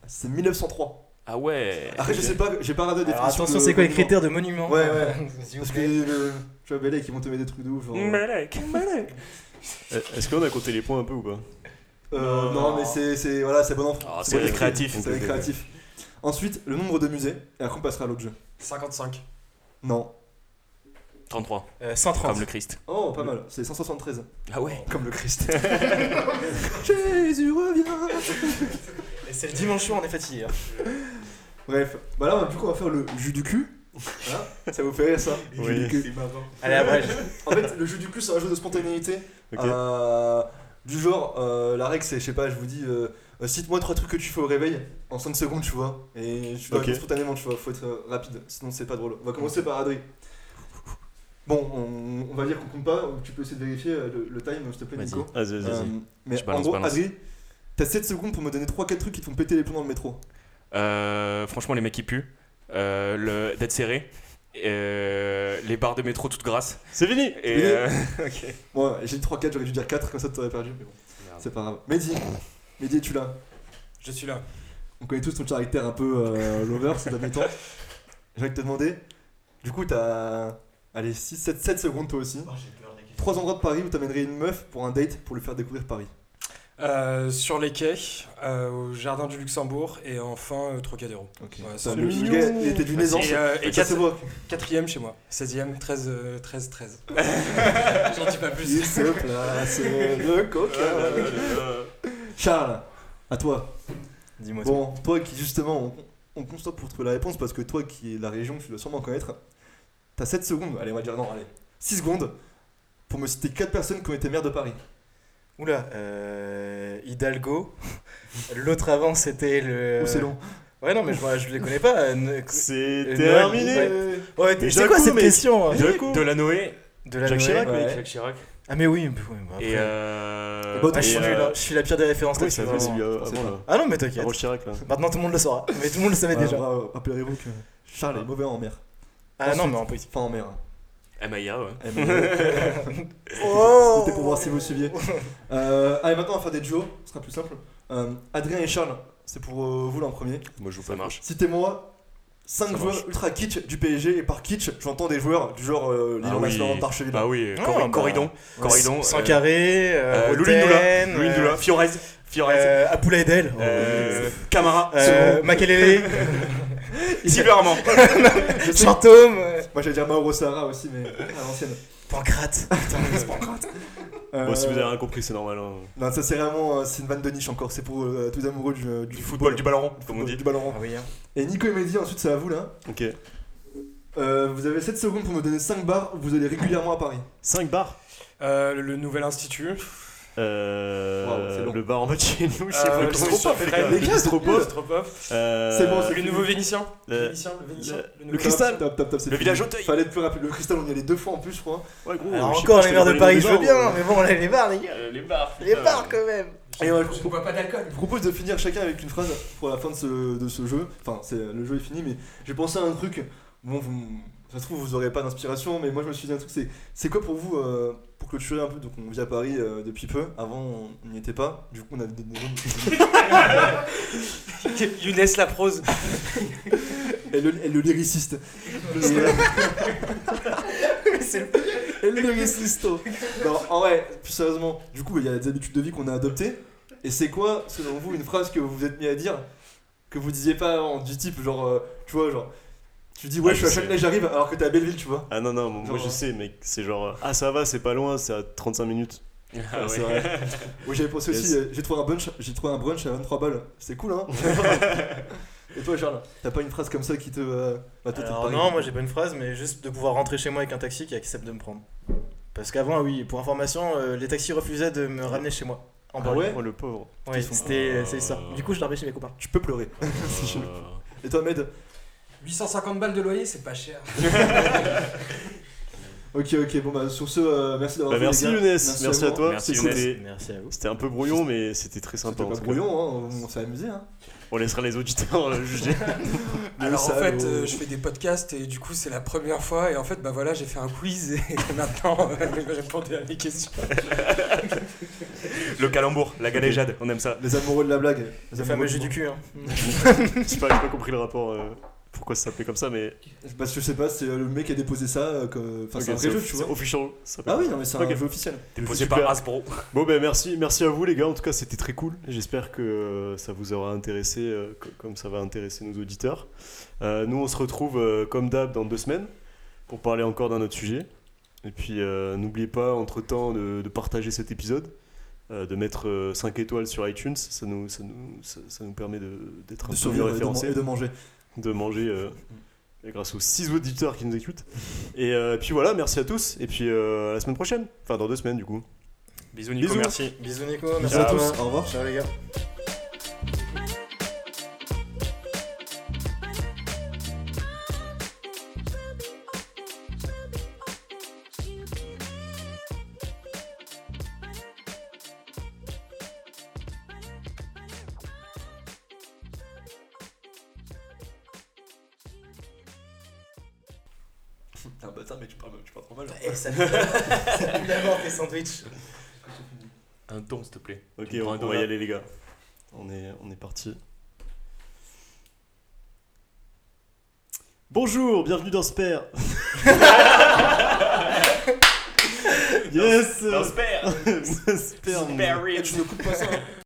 Speaker 3: C'est 1903.
Speaker 2: Ah ouais.
Speaker 3: Après, je sais pas, j'ai pas regardé la
Speaker 4: Alors,
Speaker 3: définition.
Speaker 4: attention,
Speaker 3: de
Speaker 4: c'est quoi les
Speaker 3: monument.
Speaker 4: critères de monument
Speaker 3: Ouais, ouais.
Speaker 4: S'il vous
Speaker 3: Parce que
Speaker 4: plaît.
Speaker 3: euh, tu vois, Belek, ils vont te mettre des trucs de ouf. genre.
Speaker 2: Malek.
Speaker 1: Euh, Est-ce qu'on a compté les points un peu ou pas
Speaker 3: Euh, non, mais c'est, c'est, voilà, c'est bon enfant.
Speaker 2: Ah, c'est
Speaker 3: bon
Speaker 2: récréatif.
Speaker 3: C'est récréatif. Ensuite, le nombre de musées, et après on passera à l'autre jeu.
Speaker 5: 55.
Speaker 3: Non.
Speaker 2: 33.
Speaker 4: Euh,
Speaker 2: Comme
Speaker 4: 130.
Speaker 2: le Christ.
Speaker 3: Oh, pas mal, c'est 173.
Speaker 2: Ah ouais.
Speaker 3: Comme le Christ. Jésus revient
Speaker 4: Et C'est le dimanche soir, on est fatigué. hein.
Speaker 3: Bref, bah là, du coup, on va faire le jus du cul. Voilà. Ça vous fait rire ça Le jus
Speaker 1: Oui.
Speaker 3: du cul.
Speaker 4: Allez, abrège.
Speaker 3: En fait, le jeu du cul, c'est un jeu de spontanéité.
Speaker 1: Ok.
Speaker 3: Euh, du genre, euh, la règle, c'est, je sais pas, je vous dis, euh, euh, cite-moi trois trucs que tu fais au réveil en 5 secondes, tu vois. Et tu dois
Speaker 1: Ok.
Speaker 3: répondre spontanément, tu vois, faut être euh, rapide, sinon c'est pas drôle. On va commencer par Adri. Bon, on, on va dire qu'on compte pas, ou tu peux essayer de vérifier euh, le, le time, s'il te plaît,
Speaker 2: Vas-y.
Speaker 3: Nico.
Speaker 1: Ah, Vas-y, vas-y,
Speaker 3: Euh,
Speaker 1: vas-y.
Speaker 3: mais
Speaker 2: Je
Speaker 3: en
Speaker 2: balance,
Speaker 3: gros,
Speaker 2: balance.
Speaker 3: Adri, t'as 7 secondes pour me donner 3-4 trucs qui te font péter les plombs dans le métro.
Speaker 2: Euh, franchement, les mecs qui puent. Euh, le... D'être serré. Euh, les barres de métro toutes grasses.
Speaker 1: C'est fini
Speaker 2: Et.
Speaker 3: Oui.
Speaker 2: euh,
Speaker 3: Bon, ouais, j'ai dit 3-4, j'aurais dû dire 4, comme ça t'aurais perdu, mais bon, c'est pas grave. Mehdi, Mehdi, tu l'as
Speaker 5: Je suis là.
Speaker 3: On connaît tous ton caractère un peu euh, lover, c'est admettant. J'ai envie de te demander, du coup, t'as Allez, 6, 7, 7 secondes toi aussi.
Speaker 4: Oh, j'ai peur des questions.
Speaker 3: Trois endroits de Paris où t'amènerais une meuf pour un date pour lui faire découvrir Paris.
Speaker 5: Euh, sur les quais, euh, au jardin du Luxembourg et enfin euh, Trocadéro.
Speaker 3: Ok.
Speaker 5: Ouais,
Speaker 3: Ça,
Speaker 5: c'est
Speaker 3: le,
Speaker 1: mignon.
Speaker 3: le gars, il était d'une aisance.
Speaker 5: Et, euh, et
Speaker 3: Ça se
Speaker 5: quatre-
Speaker 3: voit.
Speaker 5: quatrième chez moi, 16e, 13, euh, 13, 13. J'en dis pas plus.
Speaker 3: Il se place le
Speaker 1: Ah,
Speaker 3: coquin. Charles, à toi.
Speaker 4: Dis-moi tout.
Speaker 3: Bon, toi qui justement, on, on compte sur toi pour trouver la réponse parce que toi qui es de la région, tu dois sûrement connaître. T'as 7 secondes, allez, on va dire non, allez. 6 secondes pour me citer 4 personnes qui ont été maires de Paris.
Speaker 4: Oula, euh, Hidalgo. L'autre avant, c'était le.
Speaker 3: Oh, c'est long.
Speaker 4: Ouais, non, mais je, vois- je les connais pas. euh, ne-
Speaker 1: C'est
Speaker 4: Et Noël,
Speaker 1: terminé
Speaker 4: ouais. Ouais,
Speaker 1: Mais
Speaker 4: t'es- c'est
Speaker 1: Jaco,
Speaker 4: quoi cette
Speaker 1: mec.
Speaker 4: question hein
Speaker 1: Jaco. Du coup,
Speaker 2: De la Noé,
Speaker 4: De la
Speaker 1: Jacques
Speaker 4: Noé.
Speaker 1: Chirac,
Speaker 3: Ouais.
Speaker 2: Jacques Chirac.
Speaker 4: Ah, mais oui, mais oui, bah, après.
Speaker 2: Et euh.
Speaker 3: Bon,
Speaker 4: Ah, je,
Speaker 2: et,
Speaker 4: suis
Speaker 2: euh,
Speaker 4: nul, hein, je suis la pire des références.
Speaker 1: Comment il
Speaker 4: là,
Speaker 1: s'appelle
Speaker 4: vraiment-
Speaker 1: celui euh, avant là
Speaker 4: Ah non, mais t'inquiète.
Speaker 1: Avant Chirac là.
Speaker 4: Maintenant, tout le monde le saura. Mais tout le monde le savait
Speaker 3: Voilà,
Speaker 4: déjà.
Speaker 3: bravo. Rappelez-vous que Charles est mauvais en mer.
Speaker 4: Ah non,
Speaker 3: Ensuite-
Speaker 4: mais en politique.
Speaker 3: Enfin, en mer. hein.
Speaker 2: Amaya, ouais.
Speaker 3: Eh ben,
Speaker 4: Oh
Speaker 3: C'était pour voir si vous suiviez. euh, allez, maintenant, on va faire des duos, ce sera plus simple. Euh, Adrien et Charles, c'est pour euh, vous l'en premier.
Speaker 2: Moi, je joue pas marche.
Speaker 3: Citez-moi 5
Speaker 2: Ça
Speaker 3: joueurs
Speaker 2: marche.
Speaker 3: ultra kitsch du PSG et par kitsch, j'entends des joueurs du genre euh,
Speaker 2: Ah
Speaker 3: Lilo
Speaker 2: oui.
Speaker 3: Maslin, Tarcheville.
Speaker 2: Bah oui,
Speaker 4: Ah,
Speaker 2: Corri-
Speaker 4: bah.
Speaker 2: Corridon. Corridon.
Speaker 4: Sans
Speaker 2: euh,
Speaker 4: carré.
Speaker 2: euh,
Speaker 4: Euh,
Speaker 2: Lulindula.
Speaker 4: Roten,
Speaker 2: Lulindula.
Speaker 4: euh,
Speaker 2: Fiorez. Fiorez.
Speaker 4: Euh, Apoula Edel.
Speaker 2: Euh, Camara.
Speaker 4: Euh, Makelele.
Speaker 2: Silver Armand.
Speaker 3: Je sais-
Speaker 4: Fantôme. euh,
Speaker 3: Moi j'allais dire Mauro Sarra aussi, mais à l'ancienne.
Speaker 4: Pancrate. Putain, mais c'est Pancrate.
Speaker 3: Euh,
Speaker 1: Bon, si vous avez rien compris, c'est normal. hein.
Speaker 3: Non, ça c'est vraiment euh, c'est une vanne de niche encore, c'est pour euh, tous les amoureux du, euh,
Speaker 2: Du football, du ballon, comme on
Speaker 3: football, Euh,
Speaker 2: dit.
Speaker 3: du ballon rond.
Speaker 4: Ah oui, hein.
Speaker 3: Et Nico et Mehdi, ensuite c'est à vous là.
Speaker 1: Ok.
Speaker 3: Euh, vous avez 7 secondes pour me donner 5 bars où vous allez régulièrement à Paris.
Speaker 1: 5 bars
Speaker 5: Euh, le, le nouvel institut.
Speaker 1: Euh,
Speaker 3: Waouh, c'est long.
Speaker 1: Le bar en bas de chez nous, je sais
Speaker 5: Euh,
Speaker 1: pas
Speaker 5: le
Speaker 1: comment il
Speaker 5: Stropoff,
Speaker 1: s'appelle.
Speaker 5: frère.
Speaker 1: Les gars,
Speaker 5: Le
Speaker 1: Stropoff.
Speaker 5: Stropoff.
Speaker 1: Euh,
Speaker 3: C'est bon, c'est
Speaker 5: Le nouveau Vénitien.
Speaker 1: euh,
Speaker 5: Vénitien, le Vénitien.
Speaker 1: le-
Speaker 5: nouveau-
Speaker 1: le cristal
Speaker 3: Top, top, top, c'est
Speaker 2: Le
Speaker 3: fini.
Speaker 2: village Auteuil.
Speaker 3: Fallait être plus rapide. Le cristal, on y allait deux fois en plus, je crois.
Speaker 1: Ouais, gros,
Speaker 4: Alors
Speaker 1: je sais
Speaker 4: encore
Speaker 1: pas, je
Speaker 4: les
Speaker 1: te
Speaker 4: maires de
Speaker 1: connais
Speaker 4: Paris,
Speaker 1: les
Speaker 4: je veux
Speaker 1: bars,
Speaker 4: bien,
Speaker 1: ouais.
Speaker 4: mais bon, là, les bars, les gars.
Speaker 2: Euh, Les bars.
Speaker 4: Les bars, quand même.
Speaker 3: Et ouais,
Speaker 5: Je ne bois pas d'alcool.
Speaker 3: Je vous propose de finir chacun avec une phrase pour la fin de ce, de ce jeu. Enfin, c'est, le jeu est fini, mais j'ai pensé à un truc. Bon, vous- ça se trouve, vous aurez pas d'inspiration, mais moi je me suis dit un truc c'est, c'est quoi pour vous, euh, pour clôturer un peu Donc, on vit à Paris euh, depuis peu. Avant, on n'y était pas. Du coup, on avait des des gens-
Speaker 5: Younes Laprose.
Speaker 3: et, le, et le lyriciste. Et, euh, et le lyriciste. Non, en vrai, plus sérieusement, du coup, il y a des habitudes de vie qu'on a adoptées. Et c'est quoi, selon vous, une phrase que vous vous êtes mis à dire que vous disiez pas avant, du type, genre, euh, tu vois, genre, tu dis, ouais,
Speaker 1: Ah,
Speaker 3: je suis
Speaker 1: je
Speaker 3: à
Speaker 1: sais.
Speaker 3: Châtelet, j'arrive, alors que t'es à Belleville, tu vois.
Speaker 1: Ah non, non, moi
Speaker 3: Genre,
Speaker 1: je sais, mec. C'est genre, euh, ah ça va, c'est pas loin, c'est à 35 minutes.
Speaker 2: Ah
Speaker 3: Ouais, c'est
Speaker 2: ouais.
Speaker 3: vrai. Oui, j'avais pensé aussi,
Speaker 1: Yes.
Speaker 3: euh, j'ai trouvé un brunch, j'ai trouvé un brunch à 23 balles. C'est cool, hein Et toi, Charles, t'as pas une phrase comme ça qui te. euh, bah, toi, t'es de
Speaker 4: Alors,
Speaker 3: Paris.
Speaker 4: non, moi j'ai pas une phrase, mais juste de pouvoir rentrer chez moi avec un taxi qui accepte de me prendre. Parce qu'avant, oui, pour information, euh, les taxis refusaient de me ramener chez moi. En
Speaker 3: Ah
Speaker 4: banlieue.
Speaker 3: ouais
Speaker 1: Oh le pauvre.
Speaker 4: Ouais, c'était
Speaker 2: Ah.
Speaker 4: c'est ça. Du coup, je dormais chez mes copains.
Speaker 3: Tu peux pleurer. C'est chelou.
Speaker 2: Euh,
Speaker 3: Et toi, Med
Speaker 5: 850 balles de loyer, c'est pas cher.
Speaker 3: Ok, ok, bon, bah, sur ce, euh, merci d'avoir
Speaker 1: Bah,
Speaker 3: venu, les
Speaker 1: merci
Speaker 3: gars.
Speaker 1: Younes, merci à
Speaker 3: vous.
Speaker 1: toi.
Speaker 2: Merci,
Speaker 1: C'était-
Speaker 2: Younes.
Speaker 4: Merci à vous.
Speaker 1: C'était un peu brouillon, mais c'était très sympa.
Speaker 3: C'était
Speaker 1: en
Speaker 3: pas
Speaker 1: tout cas.
Speaker 3: brouillon, hein, on s'est amusé. Hein.
Speaker 1: On laissera les auditeurs euh, juger.
Speaker 5: Alors en
Speaker 3: salaud.
Speaker 1: oh.
Speaker 5: fait, euh, je fais des podcasts et du coup c'est la première fois et en fait bah voilà j'ai fait un quiz et maintenant euh, répondez à mes questions.
Speaker 2: Le calembour, la galéjade, on aime ça.
Speaker 3: Les amoureux de la blague. Les
Speaker 4: Le
Speaker 3: amoureux
Speaker 4: fameux
Speaker 3: du
Speaker 4: jeu du
Speaker 3: bon.
Speaker 4: cul. Hein.
Speaker 1: J'ai pas, j'ai pas compris le rapport. euh, Pourquoi ça s'appelait comme ça, mais
Speaker 3: Parce que je sais pas, c'est euh, le mec qui a déposé ça. euh, que- Enfin,
Speaker 1: Ok,
Speaker 3: c'est un vrai jeu, tu
Speaker 1: c'est
Speaker 3: vois.
Speaker 1: official. ça s'appelle
Speaker 3: Ah oui,
Speaker 1: comme
Speaker 3: non, mais c'est
Speaker 1: ça. Ok.
Speaker 3: un jeu officiel.
Speaker 2: Déposé
Speaker 1: Super.
Speaker 2: par Hasbro.
Speaker 1: Bon ben merci, merci à vous les gars. En tout cas, c'était très cool. J'espère que euh, ça vous aura intéressé, euh, co- comme ça va intéresser nos auditeurs. Euh, nous, on se retrouve euh, comme d'hab dans deux semaines pour parler encore d'un autre sujet. Et puis euh, n'oubliez pas entre temps de, de partager cet épisode, euh, de mettre 5 étoiles sur iTunes. Ça nous, ça nous, ça, ça nous permet de- d'être un
Speaker 3: De
Speaker 1: peu mieux
Speaker 3: survivre et de man-
Speaker 1: référencés
Speaker 3: et de manger.
Speaker 1: de manger euh, grâce aux 6 auditeurs qui nous écoutent. Et euh, puis voilà, merci à tous. Et puis euh, à la semaine prochaine. Enfin, dans deux semaines du coup.
Speaker 2: Bisous Nico,
Speaker 1: Bisous.
Speaker 2: merci.
Speaker 4: Bisous Nico, merci
Speaker 3: Bisous à
Speaker 4: à
Speaker 3: tous,
Speaker 4: toi.
Speaker 3: au revoir.
Speaker 4: Ciao les gars.
Speaker 3: Ah bah mais tu parles, tu parles trop mal.
Speaker 4: Et ça pue la mort tes sandwichs.
Speaker 2: Un don, s'il te plaît.
Speaker 1: Ok,
Speaker 2: Tu me
Speaker 1: on,
Speaker 2: prends un
Speaker 1: on va y
Speaker 2: dollar.
Speaker 1: aller les gars. On est, on est parti.
Speaker 6: Bonjour, bienvenue dans Sper. yes.
Speaker 2: Dans Sper
Speaker 6: Sper. mon-
Speaker 2: Sper
Speaker 1: Eh,
Speaker 2: Ridge
Speaker 1: tu me coupes pas ça. hein.